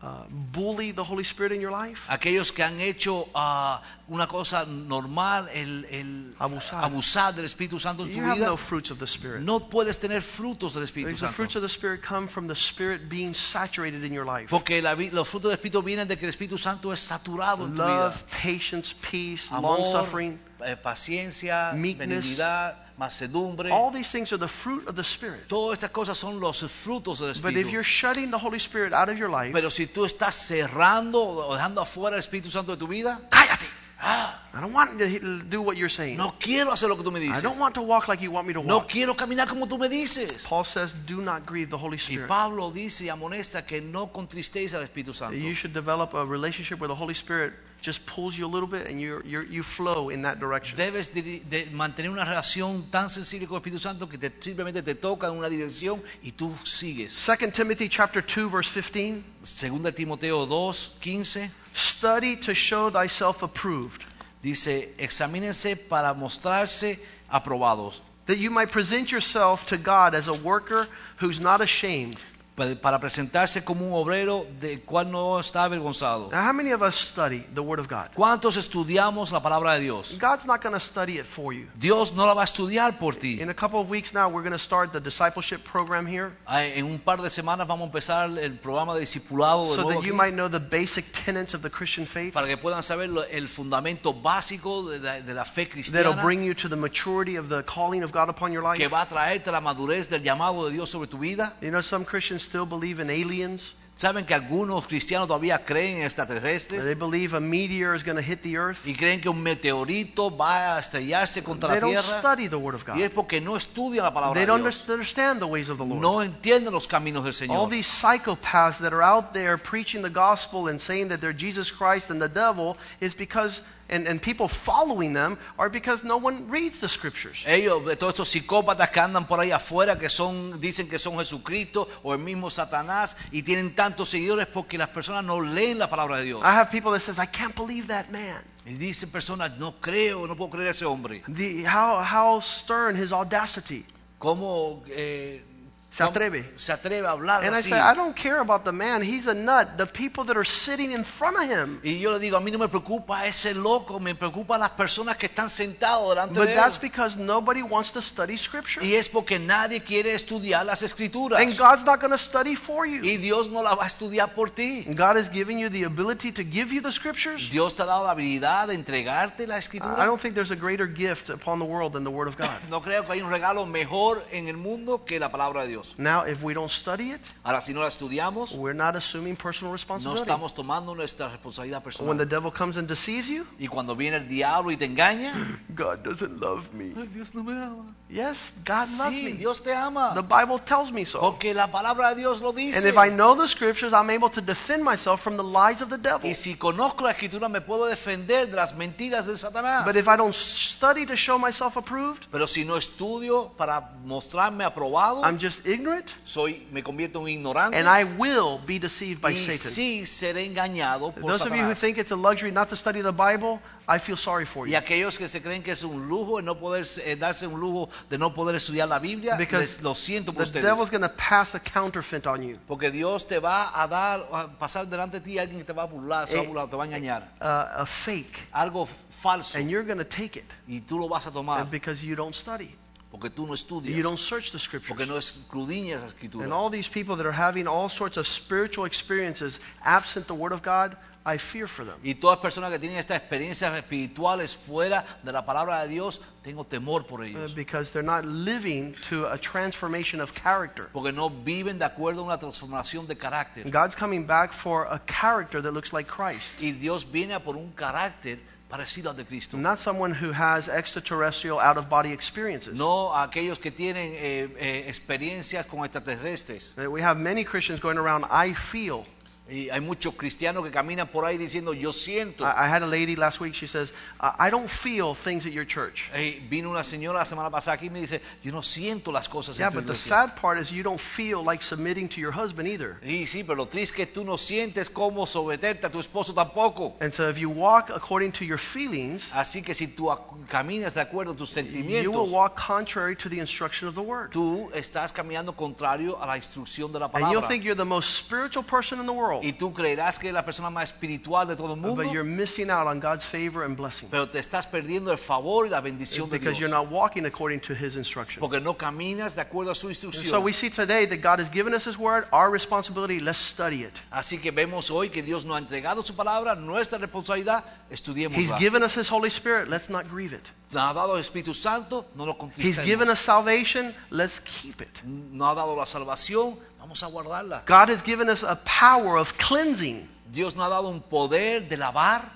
uh, bully the Holy Spirit in your life, Aquellos que han hecho ah, una cosa normal, el, el Abusar. abusar del Espíritu Santo en tu you have vida, no fruits of the Spirit. no puedes tener frutos del Espíritu Because the Santo. fruits of the Spirit come from the Spirit being saturated in your life. Porque la vi- los frutos del Espíritu vienen de que el Espíritu Santo es saturado en tu Love, patience, peace, vida. long suffering. eh, paciencia, meekness. benignidad, mansedumbre. All these things are the fruit of the Spirit. Todas estas cosas son los frutos del But if Espíritu. you're shutting the Holy Spirit out of your life, Pero si tú estás cerrando o dejando afuera el Espíritu Santo de tu vida, Cállate. ah, I don't want to do what you're saying. no quiero hacer lo que tú me I dices. don't want to walk like you want me to No walk. quiero caminar como tú me dices. Paul says, do not grieve the Holy Y Spirit. Pablo dice y amonesta que no contristéis al Espíritu Santo. You should develop a relationship where the Holy Spirit just pulls you a little bit and you're, you're, you flow in that direction. Debes diri- de mantener una relación tan sensible con el Espíritu Santo que te- simplemente te toca en una dirección y tú sigues. 2 Timothy chapter 2 verse 15 Segunda Timoteo 2, 15 study to show thyself approved dice, examínense para mostrarse aprobados, that you might present yourself to God as a worker who's not ashamed pa- para presentarse como un obrero del cual no está avergonzado. Now, how many of us study the Word of God? ¿Cuántos estudiamos la palabra de Dios? God's not going to study it for you. Dios no la va a estudiar por ti. In a couple of weeks now, we're going to start the discipleship program here Ah, En un par de semanas vamos a empezar el programa de discipulado de so nuevo that you aquí, might know the basic tenets of the Christian faith para que puedan saber lo- el fundamento básico de la, de la fe that'll cristiana bring you to the maturity of the calling of God upon your life. que va a traerte la madurez del llamado de Dios sobre tu vida. You know, some Christians still believe in aliens. Saben que algunos cristianos todavía creen en They extraterrestres believe a meteor is going to hit the earth. y creen que un meteorito va a estrellarse contra They la don't Tierra study the Word of y es God. porque no estudian la palabra They de don't Dios. understand the ways of the Lord. No entienden los caminos del All Señor. these psychopaths that are out there preaching the gospel and saying that they're Jesus Christ and the devil is because, and, and people following them are because no one reads the scriptures. Ellos, de todos estos psicópatas que andan por ahí afuera, que son, dicen que son Jesucristo o el mismo Satanás y tienen tantos seguidores porque las personas no leen la palabra de Dios. I have people that says, I can't believe that man. Y dicen personas, no creo, no puedo creer a ese hombre. The, how, how stern his audacity. ¿Cómo eh, Se cómo atreve. se atreve a hablar And I así? say, I don't care about the man. He's a nut. The people that are sitting in front of him. Y yo le digo, a mí no me preocupa ese loco, me preocupan las personas que están sentados delante But de that's él. because nobody wants to study scripture. Y es porque nadie quiere estudiar las escrituras. And God's not going to study for you. Y Dios no la va a estudiar por ti. God has given you the ability to give you the scriptures. Dios te ha dado la habilidad de entregarte la escritura. I I don't think there's a greater gift upon the world than the Word of God. No creo que hay un regalo mejor en el mundo que la palabra de Dios. Now, if we don't study it, Ahora, si no la estudiamos, we're not assuming personal no responsibility. estamos tomando nuestra responsabilidad When the personal. devil comes and deceives you, Y cuando viene el diablo y te engaña, God doesn't love me. "Ay, Dios no me ama. Yes, God loves Sí, me. Dios te The ama. Bible tells me so. Porque la palabra de Dios lo And if I dice. know the scriptures, I'm able to defend myself from the lies of the devil. Y si conozco la escritura, me puedo defender de las mentiras de Satanás. But if I don't study to show myself approved, Pero si no estudio para mostrarme aprobado, I'm just ignorant soy, me convierto en un and ignorante. I will be deceived by Y Satan. sí seré engañado por Those of you who Satanás. think it's a luxury not to study the Bible, I feel sorry for Y you. aquellos que se creen que es un lujo el no poder eh, darse un lujo de no poder estudiar la Biblia, Because les- lo siento por The ustedes. devil's going to pass a counterfeit on you. Porque Dios te va a dar, a pasar delante de ti alguien que te va a burlar, se va a Eh, eh, burlar, te va a engañar. uh, a fake Algo f- falso. and you're going to take it Y tú lo vas a uh, tomar because you don't study porque tú no you estudias, don't search the porque scriptures no escudriñas la escritura. and all these people that are having all sorts of spiritual experiences absent the word of god i fear for them Y todas las personas que tienen estas experiencias espirituales fuera de la palabra de Dios, tengo temor por uh, ellos. because they're not living to a transformation of character Porque no viven de acuerdo a una transformación de carácter. god's coming back for a character that looks like christ Y Dios viene a por un carácter parecido al de Cristo. not someone who has extraterrestrial out of body experiences No a aquellos que tienen eh, eh, experiencias con extraterrestres. Uh, we have many christians going around i feel Y hay muchos cristianos que caminan por ahí diciendo, yo siento. I, I had a lady last week she says "I- i don't feel things at your church Eh, vino una señora la semana pasada aquí y me dice, yo no siento las cosas. en Yeah, tu but the iglesia". sad part is you don't feel like submitting to your husband either. Y sí, pero lo triste es que tú no sientes cómo someterte a tu esposo tampoco. And so if you walk according to your feelings, Así que si tú ac- caminas de acuerdo a tus you will sentimientos, walk contrary to the instruction of the word. tú estás caminando contrario a la instrucción de la And you'll palabra. think you're the most spiritual person in the world, Y tú creerás que eres la persona más espiritual de todo el mundo, but you're missing out on God's favor and blessing pero te estás perdiendo el favor y la bendición de because Dios. you're not walking according to his instruction. porque no caminas de acuerdo a su instrucción. So we see today that God has given us his word, our responsibility, let's study it. Así que vemos hoy que Dios nos ha entregado su palabra, nuestra responsabilidad, estudiemos. He's given us his Holy Spirit, let's not grieve it. Nos ha dado el Espíritu Santo, no lo He's given contristemos. us salvation, let's keep it. Nos ha dado la salvación, vamos a guardarla. God has given us a power of cleansing. Dios nos ha dado un poder de lavar.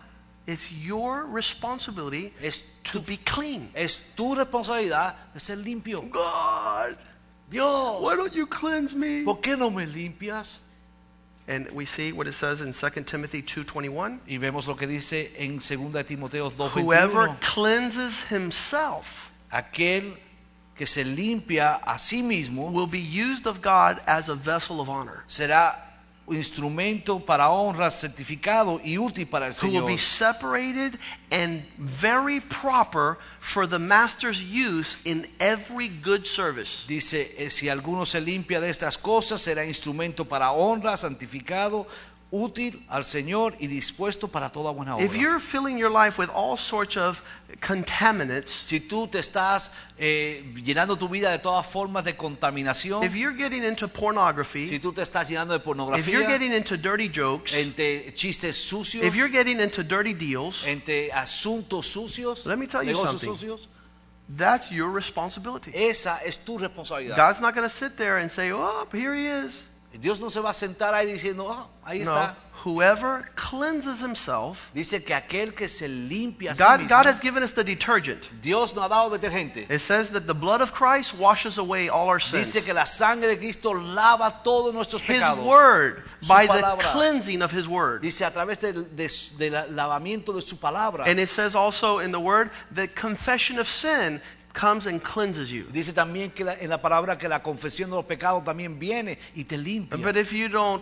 It's your responsibility Es to tu, be clean. es tu responsabilidad de ser limpio. God, Dios, don't you cleanse me? ¿por qué no me limpias? And we see what it says in 2 Timothy 2:21. Y vemos lo que dice en 2 de Timoteo Whoever 2:21. cleanses himself Aquel que se limpia a sí mismo will be used of God as a vessel of honor. será instrumento para honra, certificado y útil para el who will Señor, be separated and very proper for the master's use in every good service. dice, eh, si alguno se limpia de estas cosas, será instrumento para honra, santificado, útil al Señor y dispuesto para toda buena If obra. you're filling your life with all sorts of contaminants, Si tú te estás eh, llenando tu vida de todas formas de contaminación, if you're getting into si pornography, tú te estás llenando de if you're pornografía, getting into dirty jokes, entre chistes sucios, if you're getting into dirty deals, entre asuntos sucios, Let me tell you negocios something. sucios, that's your responsibility. esa es tu responsabilidad. God's not going to sit there and say, oh, here he is. Dios no se va a sentar ahí diciendo, "Ah, ahí No, está. whoever cleanses himself, Dice que aquel que se limpia a sí God, mismo, God has given us the detergent. Dios no ha dado detergente. It says that the blood of Christ washes away all our sins. Dice que la sangre de Cristo lava todos nuestros His pecados. word, Su by the palabra. cleansing of His word. Dice a través del de- del lavamiento de su palabra. And it says also in the word that confession of sin comes and cleanses you. Dice también que la- en la palabra que la confesión de los pecados también viene y te limpia. But if you don't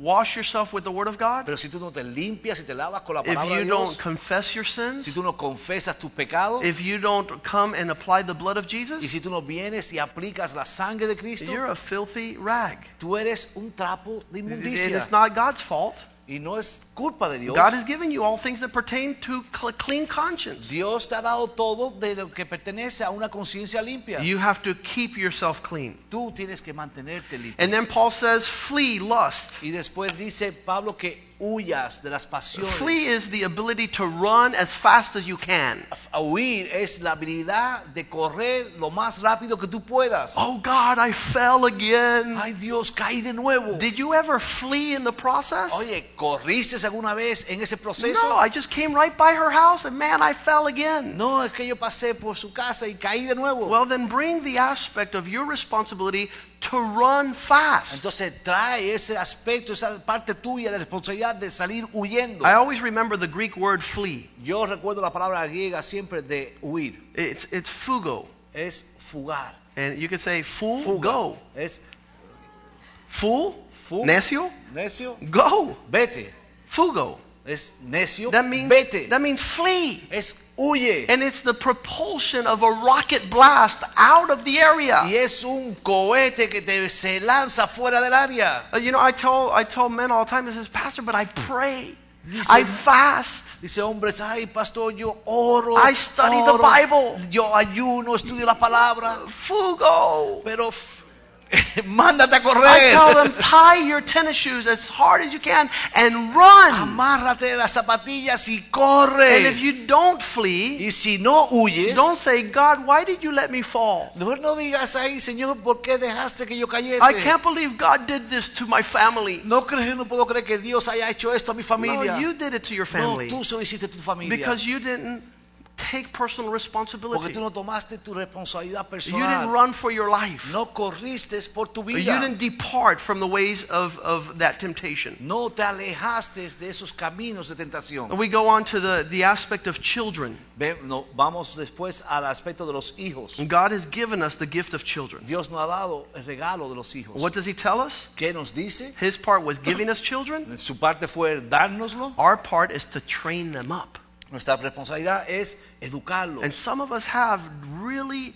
wash yourself with the word of God, Pero si tú no te limpias y te lavas con la if palabra de you Dios, don't confess your si sins, tú no confesas tus pecados if you don't come and apply the blood of y Jesus, si tú no vienes y aplicas la sangre de Cristo, you're a filthy rag. tú eres un trapo de And inmundicia. it's not God's fault. Y no es culpa de Dios. God has given you all things that pertain to cl- clean conscience. Dios te ha dado todo de lo que pertenece a una conciencia limpia. You have to keep yourself clean. Tú tienes que mantenerte limpio. And then Paul says, flee lust. y después dice Pablo que huyas de las pasiones. Flee is the ability to run as fast as you can. A Huir es la habilidad de correr lo más rápido que tú puedas. Oh God, I fell again. Ay Dios, caí de nuevo. Did you ever flee in the process? Oye, ¿corriste alguna vez en ese proceso? No, I just came right by her house and man, I fell again. No, es que yo pasé por su casa y caí de nuevo. Well, then bring the aspect of your responsibility to run fast. Entonces trae ese aspecto, esa parte tuya de responsabilidad de salir huyendo. I always remember the Greek word flee. Yo recuerdo la palabra griega siempre de huir, It's, it's fugo. es fugar. And you could say fool, Fuga. go. Es Fool, Fu- necio, necio, go. vete. Fugo. Es necio, That means, vete. that means flee. es huye. And it's the propulsion of a rocket blast out of the y area. es un cohete que te, se lanza fuera del área. Uh, You know, I tell, I tell men all the time, I says, Pastor, but I pray. Yes, I sir. fast. Dice hombres, ay pastor, yo oro, I study the oro, Bible." yo ayuno, estudio la palabra, Fugo. pero f- mándate a I correr. tell them, tie your tennis shoes as hard as you can and run. Amárrate las zapatillas y And if corre. you don't flee, Y si no huyes, don't say, God, why did you let me fall? no, no digas ahí, Señor, ¿por qué dejaste que yo cayese? I can't believe God did this to my family. No creo, no puedo creer que Dios haya hecho esto a mi No, familia. you did it to your family No, tú solo hiciste tu familia. because you didn't take personal porque responsibility. tú no tomaste tu responsabilidad You personal. didn't run for your life. No corriste por tu You vida. didn't depart from the ways of, of that temptation. No te alejaste de esos caminos de tentación. And we go on to the, the aspect of children. Ve- no, vamos después al aspecto de los hijos. God has given us the gift of children. Dios nos ha dado el regalo de los hijos. What does He tell us? ¿Qué nos dice? His part was giving us children, Su parte fue dárnoslo. our part is to train them up. Nuestra responsabilidad es educarlos. And some of us have really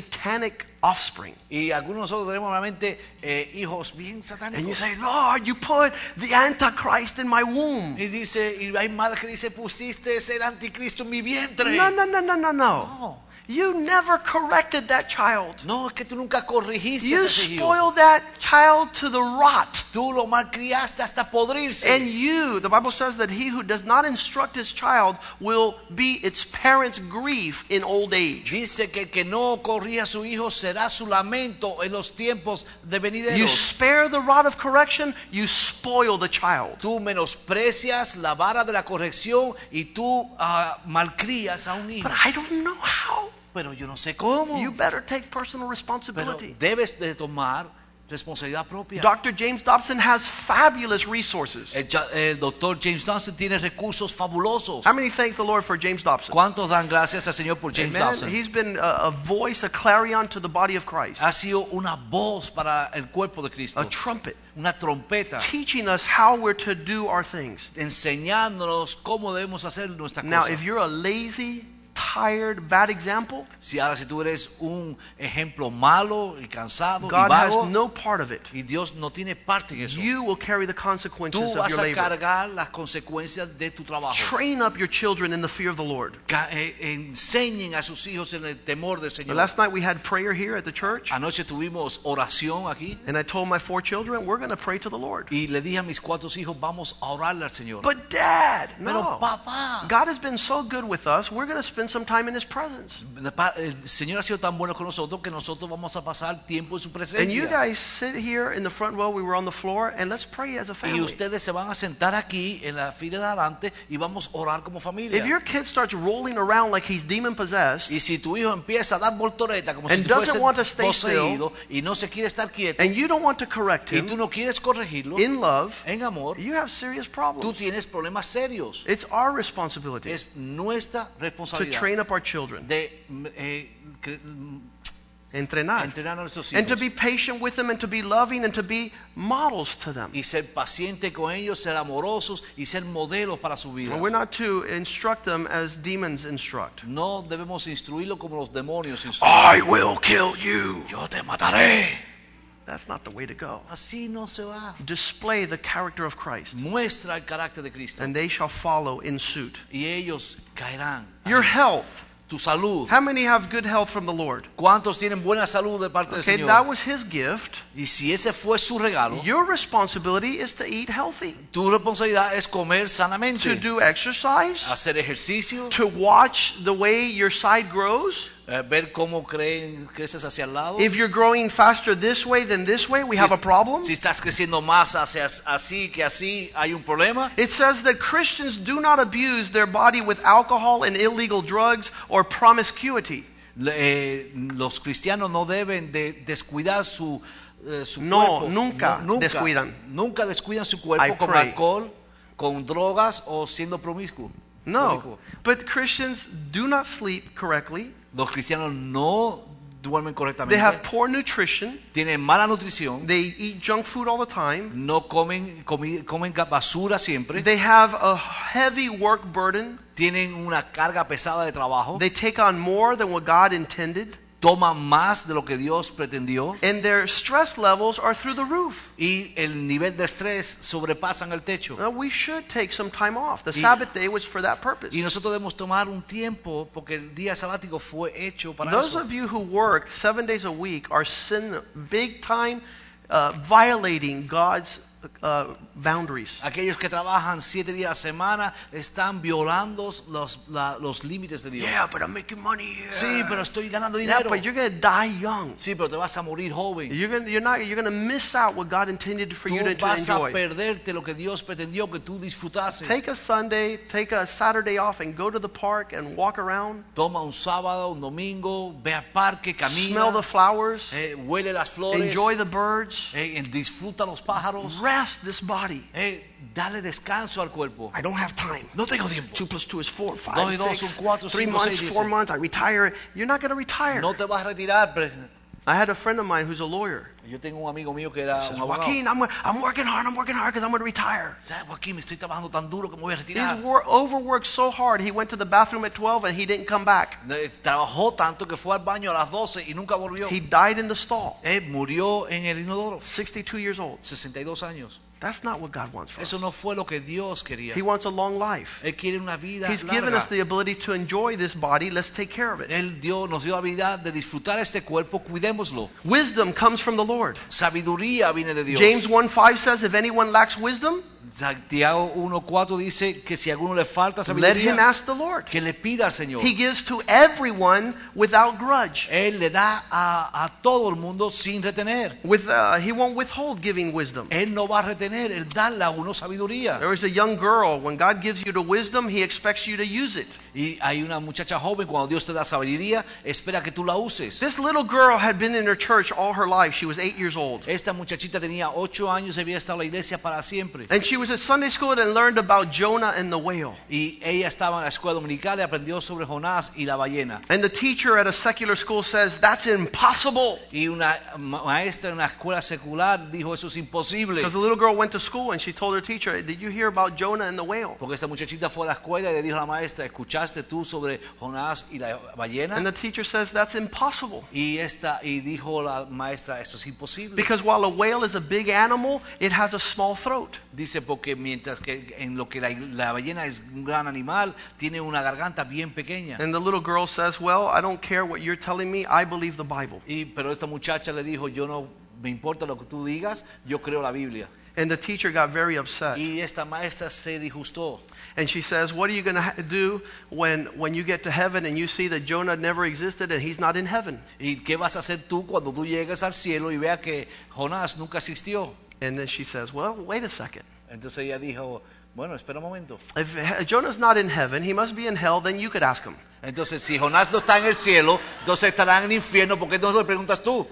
satanic offspring. Y algunos de nosotros tenemos realmente eh, hijos bien And you satánicos. say, Lord, you put the Antichrist in my womb. Y dice, y hay madres que dice, pusiste el anticristo en mi vientre. No, no, no, no, no, no. No. You never corrected that child. No, es que tú nunca corrigiste a You ese hijo. spoiled that child to the rot. Tú lo malcriaste hasta podrirse. And you, the Bible says that he who does not instruct his child will be its parents' grief in old age. Dice que el que no corría a su hijo será su lamento en los tiempos de You venideros. spare the rod of correction, you spoil the child. Tú menosprecias la vara de la corrección y tú ah, malcrías a un hijo. But I don't know how. Pero yo no sé cómo. You better take personal Pero oh, responsibility. debes de tomar Responsabilidad propia. Dr. James Dobson has fabulous resources. El, cha- el doctor James Dobson tiene recursos fabulosos. How many thank the Lord for James Dobson? ¿Cuántos dan gracias al Señor por James Amen. Dobson? He's been a, a voice, a clarion to the body of Christ, Ha sido una voz para el cuerpo de Cristo. a trumpet, una trompeta teaching us how we're to do our things. enseñándonos cómo debemos hacer nuestra Now, cosa. if you're a lazy, tired, bad example, si ahora si tú eres un ejemplo malo y cansado y God has vago no part of it. y Dios no tiene parte en eso, You will carry the consequences tú of vas your a labor. cargar las consecuencias de tu trabajo. Train up your children in the fear of the Lord. Ca- eh, enseñen a sus hijos en el temor del Señor. Last night we had prayer here at the church, Anoche tuvimos oración aquí and I told my four children, we're going to pray to the Lord. y le dije a mis cuatro hijos, vamos a orarle al Señor. But, Dad, Pero Pues, no. papá, God has been so good with us, we're going to spend some time in His presence. pa- el Señor ha sido tan bueno con nosotros que nosotros vamos a pasar tiempo en su And you presencia. guys sit here in the front row, we were on the floor, and let's pray as a Y family. ustedes se van a sentar aquí en la fila de adelante y vamos a orar como If familia. your kid starts rolling around like he's demon possessed, Y si tu hijo empieza a dar voltoreta como And si fuese doesn't want to stay poseído y no se quiere estar quieto and you don't want to correct y tú him no quieres corregirlo in love, en amor, you have serious tú problems. tienes problemas serios. It's our responsibility Es nuestra to responsabilidad train up our children, de mm, eh, cre- mm, entrenar, entrenar a nuestros and to hijos be patient with them, and to be loving, and to be models to them. y ser paciente con ellos, ser amorosos y ser modelos para su vida. And we're not to instruct them as demons instruct. No debemos instruirlo como los demonios instruyen. I will kill you. Yo te mataré. That's not the way to go. Así no se va. Display the character of Christ, muestra el carácter de Cristo and they shall follow in suit. y ellos caerán. Your health. Tu salud. How many have good health from the Lord? ¿Cuántos tienen buena salud de parte Okay, del that Señor? was his gift. Y si ese fue su regalo, Your responsibility is to eat healthy, tu responsabilidad es to comer sanamente, do exercise, hacer ejercicio, to watch the way your side grows. eh, ver cómo creen, creces hacia el lado. If you're growing faster this way than this way, we Si have a es- problem. Si estás creciendo más hacia así que así, hay un problema. It says that Christians do not abuse their body with alcohol and illegal drugs or promiscuity. Le- eh, los cristianos no deben de descuidar su, eh, su No, cuerpo. nunca descuidan. Nunca descuidan su cuerpo I con pray. alcohol, con drogas o siendo promiscuo. No. Promiscuo. But Christians do not sleep correctly. Los cristianos no duermen They correctamente. have poor nutrition. tienen mala nutrición. They eat junk food all the time. no comen, comi- comen ga- basura siempre. They have a heavy work burden. tienen una carga pesada de trabajo. They take on more than what God intended. toman más de lo que Dios pretendió. And their stress levels are through the roof. Y el nivel de estrés sobrepasan el techo. Now, we should take some time off. The Y- Sabbath day was for that purpose. Y nosotros debemos tomar un tiempo porque el día sabático fue hecho para Those eso. of you who work seven days a week are sin big time uh, violating God's uh, boundaries. Aquellos que trabajan siete días a la semana están violando los, la- los límites de Dios. but I'm making money here. Sí, pero estoy ganando Yeah, pues dinero. but you're going to die young. Sí, pero te vas a morir joven. You're going you're not you're going to miss out what God intended for Tú you to, to vas a enjoy. perderte lo que Dios pretendió que tú disfrutases. Take a Sunday, take a Saturday off and go to the park and walk around. Toma un sábado, un domingo, ve al parque, Smell the camina, flowers, eh, huele las flores, enjoy the birds, eh, disfruta los pájaros, rest this body. eh, dale descanso al cuerpo. I don't have time. No tengo tiempo. Two plus two is four, Dos y five, dos six, son cuatro, three cinco, months, seis, four dice. months. I retire. You're not going to retire. No te vas a retirar. pero- I had a friend of mine who's a lawyer. Yo tengo un amigo mío que era Says, un abogado. Joaquin, I'm, I'm working hard. I'm working hard because I'm going to retire. ¿Sabes, Joaquín? Me estoy trabajando tan duro que me voy a He's retirar. wor- overworked so hard. He went to the bathroom at 12 and he didn't come back. Eh, Trabajó tanto que fue al baño a las 12 y nunca volvió. He died in the stall. Eh, murió en el inodoro. 62 years old. 62 años. That's not what God wants for us. Eso no fue lo que Dios quería. He wants a long life. Él quiere una vida He's given us larga. the ability to enjoy this body. Let's take care of it. Él dio, nos dio la habilidad de disfrutar este cuerpo. Cuidémoslo. Wisdom comes from the Lord. Sabiduría viene de Dios. James 1 5 says, If anyone lacks wisdom, Santiago 1.4 dice que si a alguno le falta Let him sabiduría, ask the Lord. que le pida al Señor. He gives to everyone without grudge. Él le da a, a todo el mundo sin retener. With, uh, he won't withhold giving wisdom. Él no va a retener, Él da a uno sabiduría. There was a young girl. When God gives you the wisdom, He expects you to use it. Y hay una muchacha joven, cuando Dios te da sabiduría, espera que tú la uses. This little girl had been in her church all her life. She was eight years old. Esta muchachita tenía ocho años y había estado en la iglesia para siempre. And she was at Sunday school and learned about Jonah and the whale. Y ella estaba en la escuela dominical y aprendió sobre Jonás y la ballena. And the teacher at a secular school says, That's impossible. Y una ma- maestra en una escuela secular dijo, eso es imposible. Because the little girl went to school and she told her teacher, Did you hear about Jonah and the whale? Porque esta muchachita fue a la escuela y le dijo a la maestra, ¿escuchaste tú sobre Jonás y la ballena? And the teacher says, That's impossible. Y, esta, y dijo la maestra, esto es imposible. Because while a whale is a big animal, it has a small throat. Dice, porque mientras que en lo que la, la ballena es un gran animal, tiene una garganta bien pequeña. And the little girl says, Well, I don't care what you're telling me. I believe the Bible. Y, pero esta muchacha le dijo, yo no me importa lo que tú digas, yo creo la Biblia. And the teacher got very upset. Y esta maestra se disgustó. And she says, What are you going to do when, when you get to heaven and you see that Jonah never existed and he's not in heaven? ¿Y qué vas a hacer tú cuando tú llegues al cielo y veas que Jonás nunca existió? And then she says, Well, wait a second. Entonces ella dijo, bueno, espera un momento. If he- Jonah's not in heaven, he must be in hell, then you could ask him. Entonces, si Jonás no está en el cielo, entonces estará en el infierno, ¿por qué no lo preguntas tú?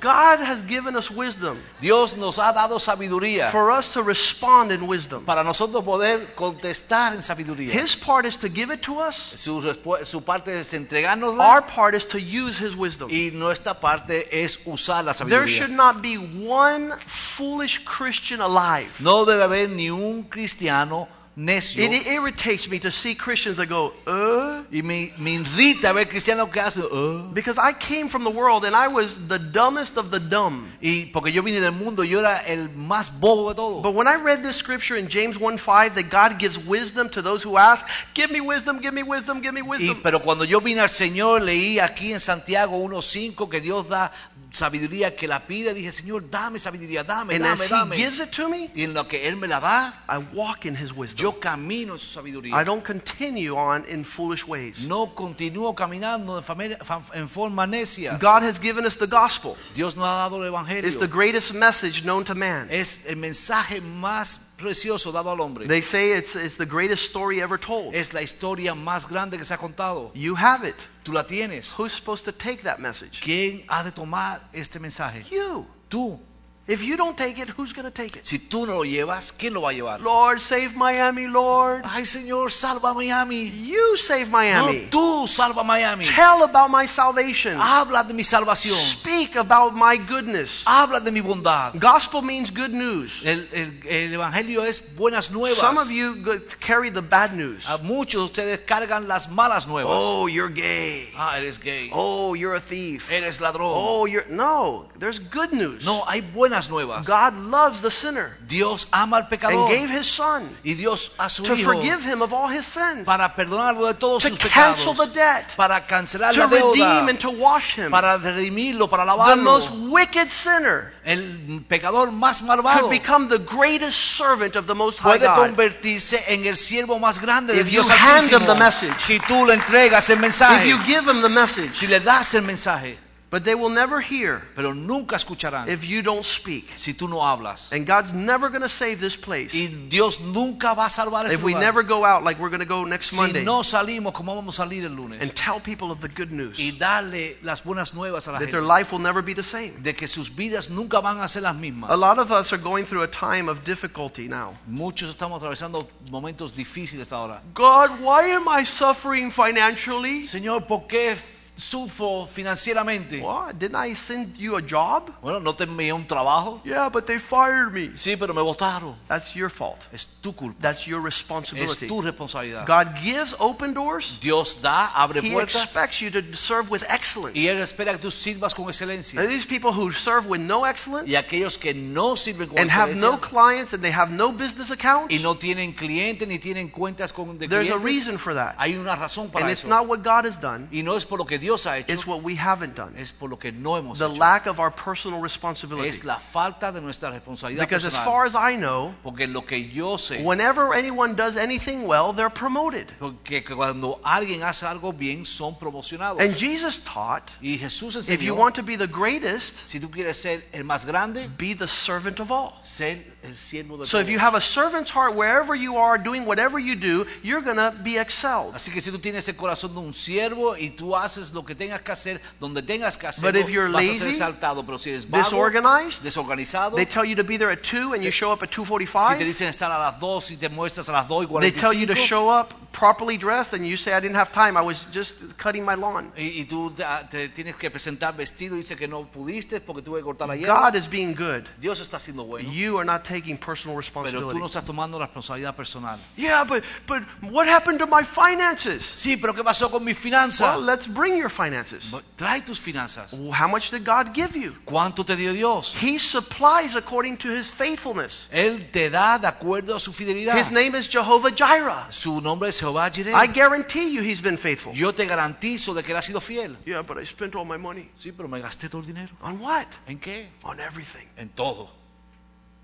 God has given us wisdom Dios nos ha dado sabiduría for us to respond in wisdom. para nosotros poder contestar en sabiduría. His part is to give it to us, Su, respu- su parte es entregárnosla our part is to use his wisdom. y nuestra parte es usar la There should sabiduría. not be one foolish Christian alive. No debe haber ni un cristiano necio. It irritates me to see Christians that go, uh, Y me, me irrita ver cristianos que hacen... "Ah". because I came from the world and I was the dumbest of the dumb. Y porque yo vine del mundo, yo era el más bobo de todos. But when I read this scripture in James 1:5 that God gives wisdom to those who ask, give me wisdom, give me wisdom, give me Y, wisdom. pero cuando yo vine al Señor, leí aquí en Santiago 1.5 que Dios da sabiduría que la pide. Dije, Señor, dame sabiduría, dame, And as dame, he dame. gives it to me, Y en lo que Él me la da, I walk in his wisdom. yo camino en su I sabiduría. don't continue on in foolish ways. No continúo caminando en, fame- fa- en forma necia. God has given us the gospel. Dios nos ha dado el It's the Evangelio. greatest message known to man. Es el mensaje más precioso dado al hombre. They say it's, it's the greatest story ever told. Es la historia más grande que se ha contado. You have it. Tú la tienes. Who's supposed to take that message? ¿Quién ha de tomar este mensaje? You. Tú. If you don't take it, who's going to take it? Si tú no lo llevas, ¿quién lo va a llevar? Lord, save Miami, Lord. Ay, Señor, salva Miami. You save No, Miami. tú salva Miami. Tell about my salvation. Habla de mi salvación. Speak about my goodness. Habla de mi bondad. Gospel means good news. El, el- el evangelio es buenas nuevas. Some of you go- carry the bad news. A muchos de ustedes cargan las malas nuevas. Oh, you're gay. Ah, eres gay. Oh, you're a thief. Eres ladrón. Oh, you're no. There's good news. No, hay buenas nuevas. God loves the sinner Dios ama al and pecador gave His Son y Dios a su to hijo forgive him of all his sins, para perdonarlo de todos to sus cancel pecados, the debt, para cancelar to la redeem deuda, and to wash him. para redimirlo, para The lavarlo. most wicked sinner El pecador más malvado could become the greatest servant of the Most High puede God. convertirse en el siervo más grande de If Dios you hand Altísimo. him the message. si tú le entregas el If mensaje you give him the message, si le das el mensaje but they will never hear pero nunca escucharán if you don't speak. si tú no hablas And God's never going to save this place y Dios nunca va a salvar este if we lugar never go out like we're going to go next si Monday no salimos como vamos a salir el lunes and tell people of the good news y darle las buenas nuevas a la that their gente life will never be the same. de que sus vidas nunca van a ser las mismas A lot of us are going through a time of difficulty now. muchos estamos atravesando momentos difíciles ahora God, why am I suffering financially? Señor ¿por qué f- sufro financieramente? What? Didn't I send you a job? bueno no te envié un trabajo Yeah, but they fired me. sí pero me votaron That's your fault. es tu culpa That's your Es responsibility. tu responsabilidad. God gives open doors. Dios da, abre He puertas expects you to serve with excellence. y Él espera que tú sirvas con excelencia. And these people who serve with no excellence Y aquellos que no sirven con and have no excelencia clients and they have no business accounts, y no tienen clientes ni tienen cuentas con de there's a clientes, reason for that. hay una razón para And it's eso. not what God has done, Y no es por lo que Dios ha hecho It's what we haven't done. es por lo que no hemos The hecho. lack of our personal responsibility. Es la falta de nuestra responsabilidad Because as personal. far as I know, porque lo que yo sé, whenever anyone does anything well, they're promoted. porque que cuando alguien hace algo bien son promocionados. And Jesus taught y Jesús enseñó, if you want to be the greatest, si tú quieres ser el más grande, be the servant of all. ser el siervo de So if todos. you have a servant's heart wherever you are, doing whatever you do, you're going to be excelled. Así que si tú tienes el corazón de un siervo y tú haces lo que tengas que hacer, donde tengas que hacerlo, if you're vas a ser lazy, exaltado. Pero si eres vago, disorganized, desorganizado, They tell you to be there at 2 and you show up at si te 2:45. dicen estar a las 2 y te muestras a las 2 y They tell you to 45, show up properly dressed and you say I didn't have time. I was just cutting my lawn. y, y tú te, ah, te tienes que presentar vestido y dice que no pudiste porque tuve que cortar la hierba, God is being good. Dios está siendo bueno, You are not taking personal pero tú no responsibility. estás tomando la responsabilidad personal. Yeah, but but what happened to my finances? Sí, pero ¿qué pasó con mis Well, finanzas? let's bring your finances. Trae tus finanzas. How much did God give you? ¿Cuánto te dio Dios? He supplies according to his faithfulness. Él te da de acuerdo a su fidelidad. His name is Jehovah Jireh. Su nombre es Jehová Jireh. I guarantee you he's been faithful. Yo te garantizo de que él ha sido fiel. Yeah, but I spent all my money. Sí, pero me gasté todo el dinero. On what? ¿En qué? On everything. En todo.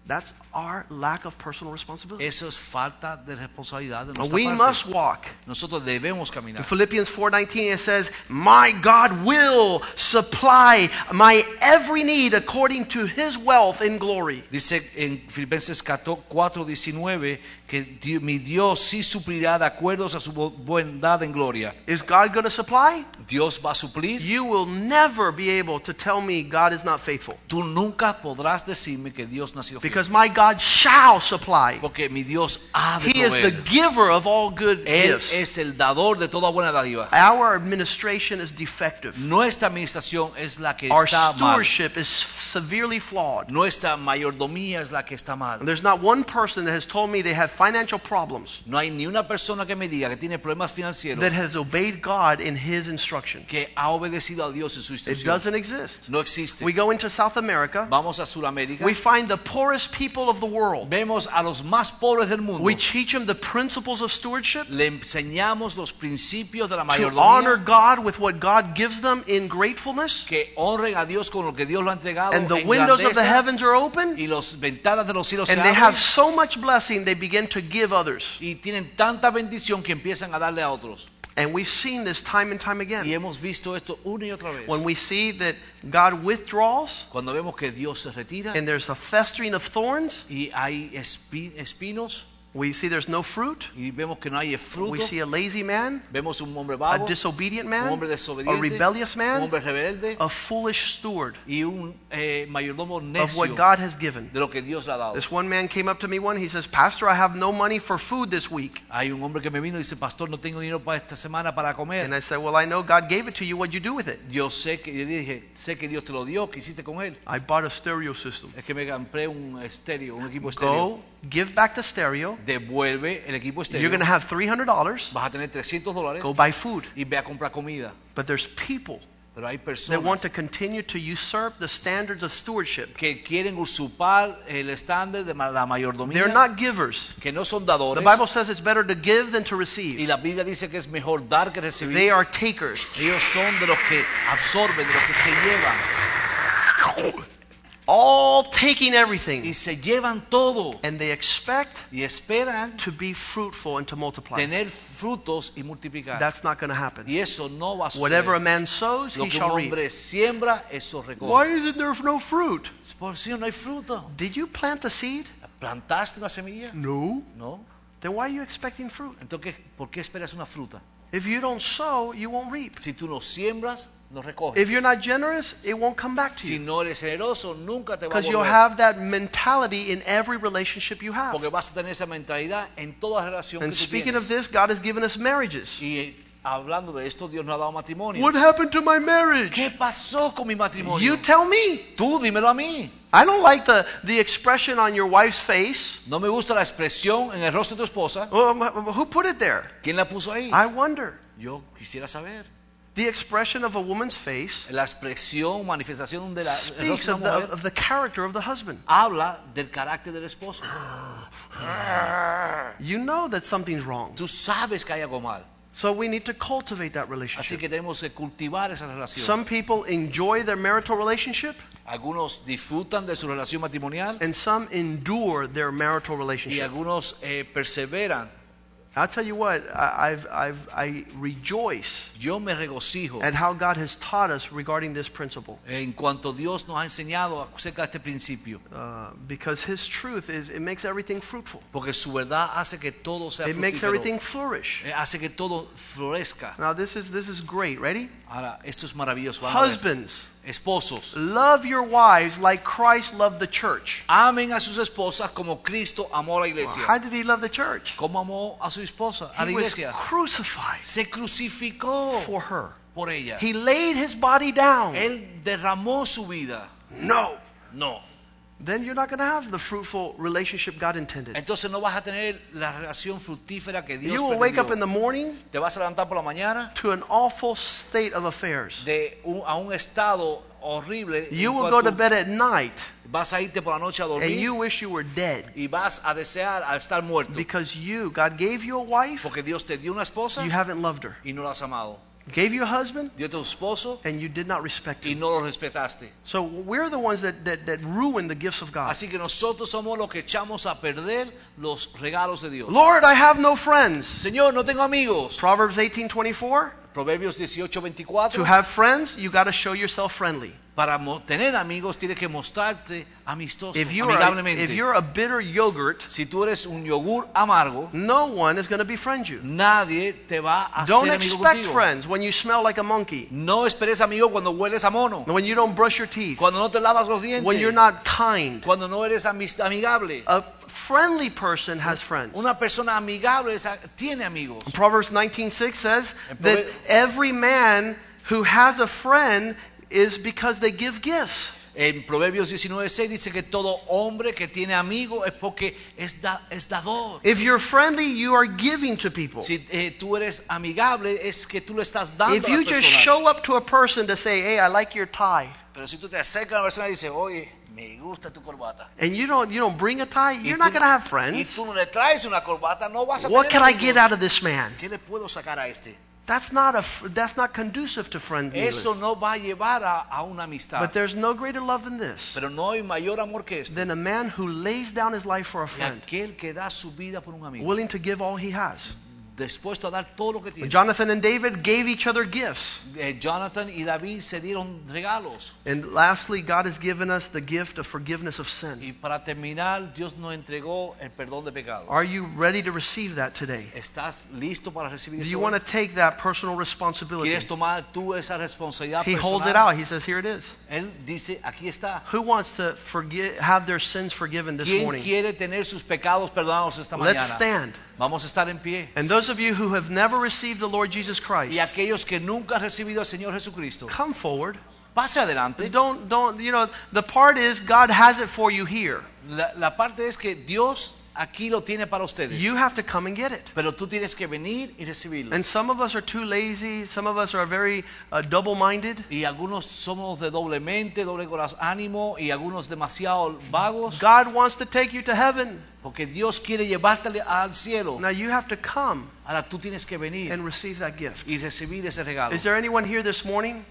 That's our lack of personal responsibility. Eso es falta de responsabilidad de And nuestra we parte. must walk. Nosotros debemos In caminar. Philippians 4:19 it says, "My God will supply my every need according to his wealth in glory." Dice en Filipenses 4, 19 que Di- mi Dios sí suplirá de acuerdo a su bo- bondad en gloria. Is God going to supply? Dios va a suplir. You will never be able to tell me God is not faithful Tú nunca podrás decirme que Dios no ha sido fiel. because my God shall supply. Porque mi Dios ha de He is the proveer. giver of all good Él gifts. es el dador de toda buena dádiva. Our administration is defective. Nuestra administración es la que Our está mal. stewardship is severely flawed. Nuestra mayordomía es la que está mal. There's not one person that has told me they have financial problems No hay ni una persona que me diga que tiene problemas financieros that has obeyed God in His instruction. que ha obedecido a Dios en su It instrucción. doesn't exist. No existe. We go into South America, Vamos a Sudamérica. we find the poorest people of the world. Vemos a los más pobres del mundo. We teach them the principles of stewardship Le enseñamos los principios de la to honor mayordomía. God with what God gives them in gratefulness, Que honren a Dios con lo que Dios lo ha entregado. and the en windows of the grandeza, heavens are open, Y las ventanas de los cielos se and they abren, have so much blessing they begin to give others. Y tienen tanta bendición que empiezan a darle a otros. And we've seen this time and time Y again. hemos visto esto una y otra vez. When we see that God withdraws Cuando vemos que Dios se retira and there's a festering of thorns, y hay espi- espinos we see there's no fruit. y vemos que no hay fruto, We see a lazy man, vemos un hombre a vago, disobedient un man, hombre a desobediente, rebellious un man, hombre rebelde a foolish steward y un eh, mayordomo of necio what God has given. de lo que Dios le ha dado. This one man came up to me one, he says, Pastor, I have no money for food this week. Hay un hombre que me vino y dice, pastor, no tengo dinero para esta semana para And comer. I said, Well, I know God gave it to you. What'd you do with it? Yo sé que, le dije, sé que Dios te lo dio, ¿qué hiciste con él? I bought a stereo system. Es que me compré un estéreo, un equipo estéreo. Go, give back the stereo. Devuelve el equipo You're estéreo. going to have $300. Vas a tener 300 dólares Go buy food. y ve a comprar comida. But there's people Pero hay that personas want to continue to usurp the standards of stewardship. que quieren usurpar el estándar de ma- la mayordomía, They're not givers. que no son The dadores, Bible says it's better to give than to y receive. la Biblia dice que es mejor dar que recibir. They are takers. Ellos son de los que absorben, de los que se llevan, All taking y everything. se llevan todo, And they expect y esperan to be fruitful and to multiply. tener frutos y multiplicar. That's not going to happen. y eso no va a suceder. Whatever a man sows, Lo he que shall un reap. hombre siembra, eso recoge. Why isn't there no fruit? Por si no hay fruto. Did you plant the seed? ¿Plantaste una semilla? No. No. Then why are you expecting fruit? Entonces, ¿por qué esperas una fruta? If you don't sow, you won't reap. Si tú no siembras, no recoges. If you're not generous, it won't come back to Si you. no eres generoso, nunca te va a Because you'll volver. have that mentality in every relationship you Porque have. vas a tener esa mentalidad en toda relación And que tú speaking tienes. of this, God has given us marriages. Y eh, hablando de esto, Dios nos ha dado matrimonio. What happened to my marriage? ¿Qué pasó con mi matrimonio? You tell me. Tú dímelo a mí. I don't like the, the expression on your wife's face. No me gusta la expresión en el rostro de tu esposa. Um, who put it there? ¿Quién la puso ahí? I wonder. Yo quisiera saber. The expression of a woman's face La expresión, manifestación de la el speaks rostro of de una the, mujer of the character of the husband. habla del carácter del Ah. esposo. You know that something's wrong. Tú sabes que hay algo mal. So we need to cultivate that Así relationship. que tenemos que cultivar esa relación. Some people enjoy their marital relationship, algunos disfrutan de su relación matrimonial and some endure their marital y relationship. algunos eh, perseveran. I'll tell you what, I, I've, I've, I rejoice Yo me regocijo at how God has taught us regarding this principle en cuanto Dios nos ha enseñado acerca de este principio, uh, because His truth is it makes everything fruitful, porque su verdad hace que todo sea it makes fructífero, everything flourish. eh, hace que todo florezca. Now, this is, this is great. Ready? Ahora, esto es maravilloso. vamos a ver. Husbands, Esposos, love your wives like Christ loved the church. amen a sus esposas como Cristo amó a la iglesia. How did He love the church? ¿Cómo amó a su esposa, a la He was iglesia? Oh. crucified Se crucificó for her. por ella. He laid his body down. Él derramó su vida. no. No. Then you're not going to have the fruitful relationship God intended. Entonces no vas a tener la relación fructífera que Dios You will wake up in pretendió. the morning Te vas a levantar por la mañana to an awful state of affairs. de un- a un estado horrible. en You will go cual to tú bed at night Vas a irte por la noche a and dormir you wish you were dead y vas a desear a estar muerto because you, God gave you a wife, porque Dios te dio una esposa you haven't loved her. y no la has amado. Gave you a husband Dios te dio un esposo and you did not respect y him. no lo respetaste. So we're the ones that, that, that ruin the gifts of God. Así que nosotros somos los que echamos a perder los regalos de Dios. Lord, I have no friends. Señor, no tengo amigos. Proverbs 18:24. Proverbios 18, 24. To have friends, you got to show yourself friendly. Para mo- tener amigos tienes que mostrarte amistoso, If you're, a, amigablemente. if you're a bitter yogurt, si tú eres un yogur amargo, no one is going to befriend you. nadie te va a Don't hacer amigo expect contigo. friends when you smell like a monkey, No esperes amigo cuando hueles a mono, when you don't brush your teeth, cuando no te lavas los dientes, when you're not kind. cuando no eres amis- amigable. A friendly person has friends. Una persona amigable es a- tiene amigos. Proverbs 19:6 says En that Prove- every man who has a friend is because they give gifts. En Proverbios 19:6 dice que todo hombre que tiene amigo es porque es, da- es dador. If you're friendly, you are giving to people. Si eh, tú eres amigable es que tú le estás dando If a las you just personas. show up to a person to say, "Hey, I like your tie," Pero si tú te acercas a una persona y dices, oye, me gusta tu corbata. and you don't you don't bring a tie, Y you're tú- not going to have Y friends. tú no le traes una corbata, no vas a What tener can I amigos. get out of this man? ¿Qué le puedo sacar a este? That's not a f- that's not conducive to friendliness. Eso no va a llevar a, a una amistad. But there's no greater love than this Pero no hay mayor amor que este. than a man who lays down his life for a que friend, aquel que da su vida por un amigo. willing to give all he has. dispuesto a dar todo lo que tiene. Jonathan and David gave each other gifts. Eh, Jonathan y David se dieron regalos. And lastly, God has given us the gift of forgiveness of sin. Y para terminar, Dios nos entregó el perdón de pecado. Are you ready to receive that today? ¿Estás listo para recibir Do eso? you hoy? want to take that personal responsibility? ¿Quieres tomar tú esa responsabilidad He holds it personal? out. He says, "Here it is." Él dice, aquí está. Who wants to forgive, have their sins forgiven this ¿Quién morning? quiere tener sus pecados perdonados esta Let's mañana? stand. Vamos a estar en pie. And those of you who have never received the Lord Jesus Christ, Y aquellos que nunca han recibido al Señor Jesucristo, come forward. pase adelante. Don't don't you know the part is God has it for you here. La, la parte es que Dios aquí lo tiene para ustedes. You have to come and get it. pero tú tienes que venir y recibirlo. And some of us are too lazy, some of us are very uh, double-minded. Y algunos somos de doble mente, doble corazón, ánimo y algunos demasiado vagos, God wants to take you to heaven. porque Dios quiere llevarte al cielo. Now you have to come Ahora tú tienes que venir and receive that gift. y recibir ese regalo. Is there anyone here this morning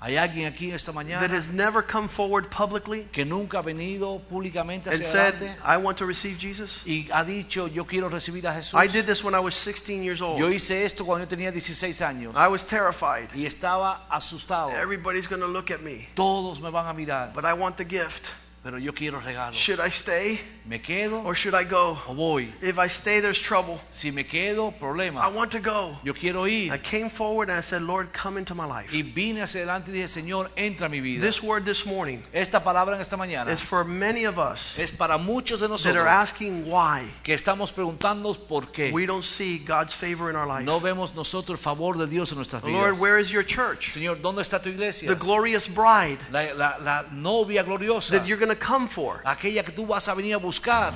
Hay alguien aquí esta that mañana has never come forward publicly que nunca ha venido públicamente and hacia said, adelante "I want to receive Jesus"? y ha dicho, yo quiero recibir a Jesús. I did this when I was 16 years Yo old. hice esto cuando yo tenía 16 años I was terrified. y estaba asustado. Everybody's going to look at me, Todos me van a mirar, but I want the gift. pero yo quiero el regalo. Should I stay ¿Me quedo or should I go? o voy? If I stay, there's trouble. Si me quedo, I problema. want to go. Yo quiero ir. I came forward and I said, Lord, come into my life. Y vine hacia adelante y dije, Señor, entra a mi vida. This word this morning Esta palabra en esta mañana is es, for many of us para muchos de that are nosotros asking why que estamos preguntando por qué we don't see God's favor in our life. no vemos nosotros el favor de Dios en nuestras Lord, vidas. where is your church? Señor, ¿dónde está tu The iglesia? glorious bride La, la- la novia gloriosa, that you're going to come for. aquella que tú vas a venir a buscar.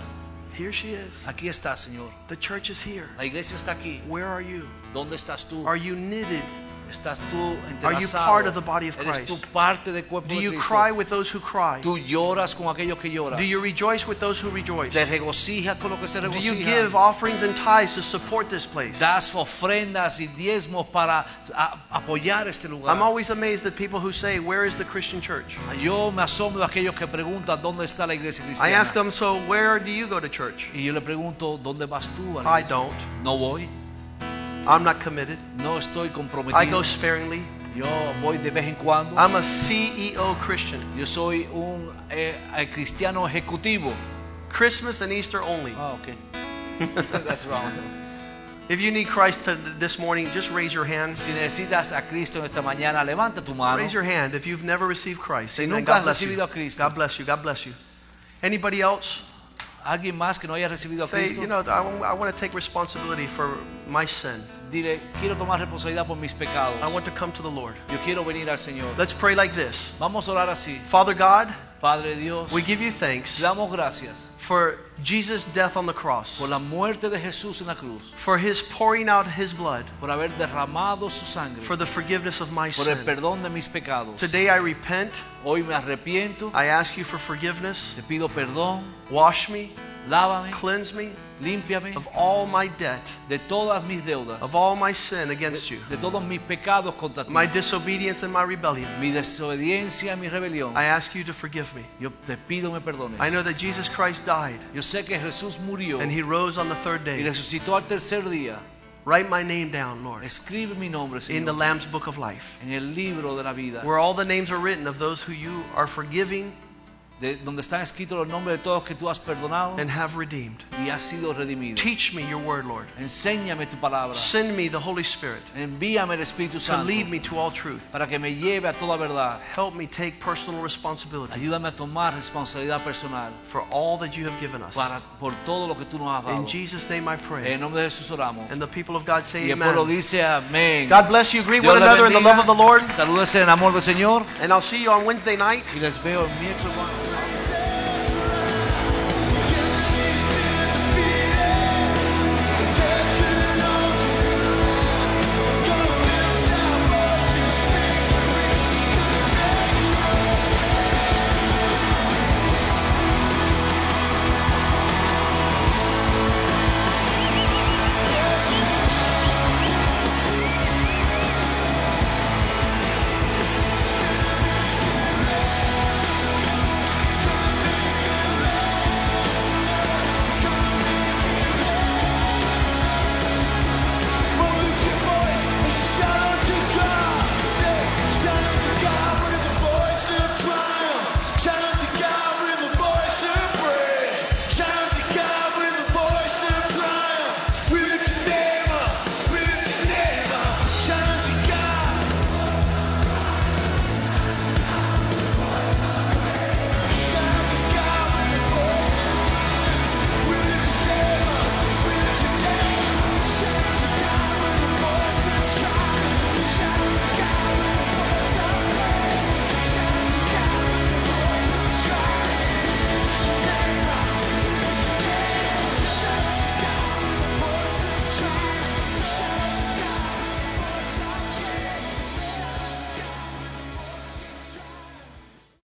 Here she is. Aquí está, Señor. The church is here. La iglesia está aquí. Where are you? ¿Dónde estás tú? Are you knitted ¿Estás tú Are you entrelazado? part of the body of ¿Eres Christ? tú parte del cuerpo Do de you Cristo? cry with those who cry? ¿Tú lloras con aquellos que lloran? Do you rejoice with those who rejoice? ¿Te regocijas con los que se Do you regocijan? give offerings and tithes to support this place? ¿Das ofrendas y diezmos para a- apoyar este lugar? I'm always amazed at people who say, Where is the Christian church? Yo me asombro de aquellos que preguntan dónde está la iglesia I cristiana. ask them, So where do you go to church? y yo le pregunto dónde vas tú. a la I iglesia? don't. No voy, I'm not committed. no estoy I go comprometido. sparingly. Yo voy de vez en cuando. I'm a CEO Christian. Yo soy un eh, eh, cristiano ejecutivo. Christmas and Easter only. Ah, ok. That's wrong. If you need Christ to, this morning, just raise your hand. Si necesitas a Cristo en esta mañana, levanta tu mano. Raise your hand if you've never received Christ. Si Amen. nunca has God bless you. recibido a Cristo. God bless you. God bless you. Anybody else? Alguien más que no haya recibido a Say, Cristo, you know, I, want to take responsibility for my sin. dile, quiero tomar responsabilidad por mis pecados. I want to come to the Lord. Yo quiero venir al Señor. Let's pray like this. Vamos a orar así. Father God, Padre Dios, we give you thanks te damos gracias for Jesus' death on the cross, por la muerte de Jesús en la cruz, for his pouring out his blood, por haber derramado su sangre, for the forgiveness of my por el sin. perdón de mis pecados. Today I repent. Hoy me arrepiento, I ask you for forgiveness. te pido perdón, Wash me, lávame, cleanse me límpiame of all my debt, de todas mis deudas, of all my sin against you, de, de todos mis pecados contra ti, my disobedience and my rebellion. mi desobediencia, mi rebelión. I ask you to forgive me. Yo te pido me perdones. I know that Jesus Christ died Yo sé que Jesús murió and he rose on the third y day. resucitó al tercer día. Write my name down, Lord, Escribe mi nombre, in the Señor, Lamb's book of life, en el libro de la vida, where all the names are written of those who you are forgiving de- donde están escritos los nombres de todos que tú has perdonado and have redeemed. y has sido redimido. Teach me your word, Lord. Enséñame tu palabra. Send me the Holy Spirit Envíame el Espíritu to Santo lead me to all truth. para que me lleve a toda verdad. Help me take personal responsibility Ayúdame a tomar responsabilidad personal for all that you have given us. para, por todo lo que tú nos has In dado. Jesus' name I En pray. nombre de Jesús oramos. And the people of God say Y el pueblo amen. dice amén. God bless you. Greet Dios one les another in the bendiga. love of the Lord. Salúdense en amor del Señor And I'll see you on Wednesday night. y les veo el miércoles.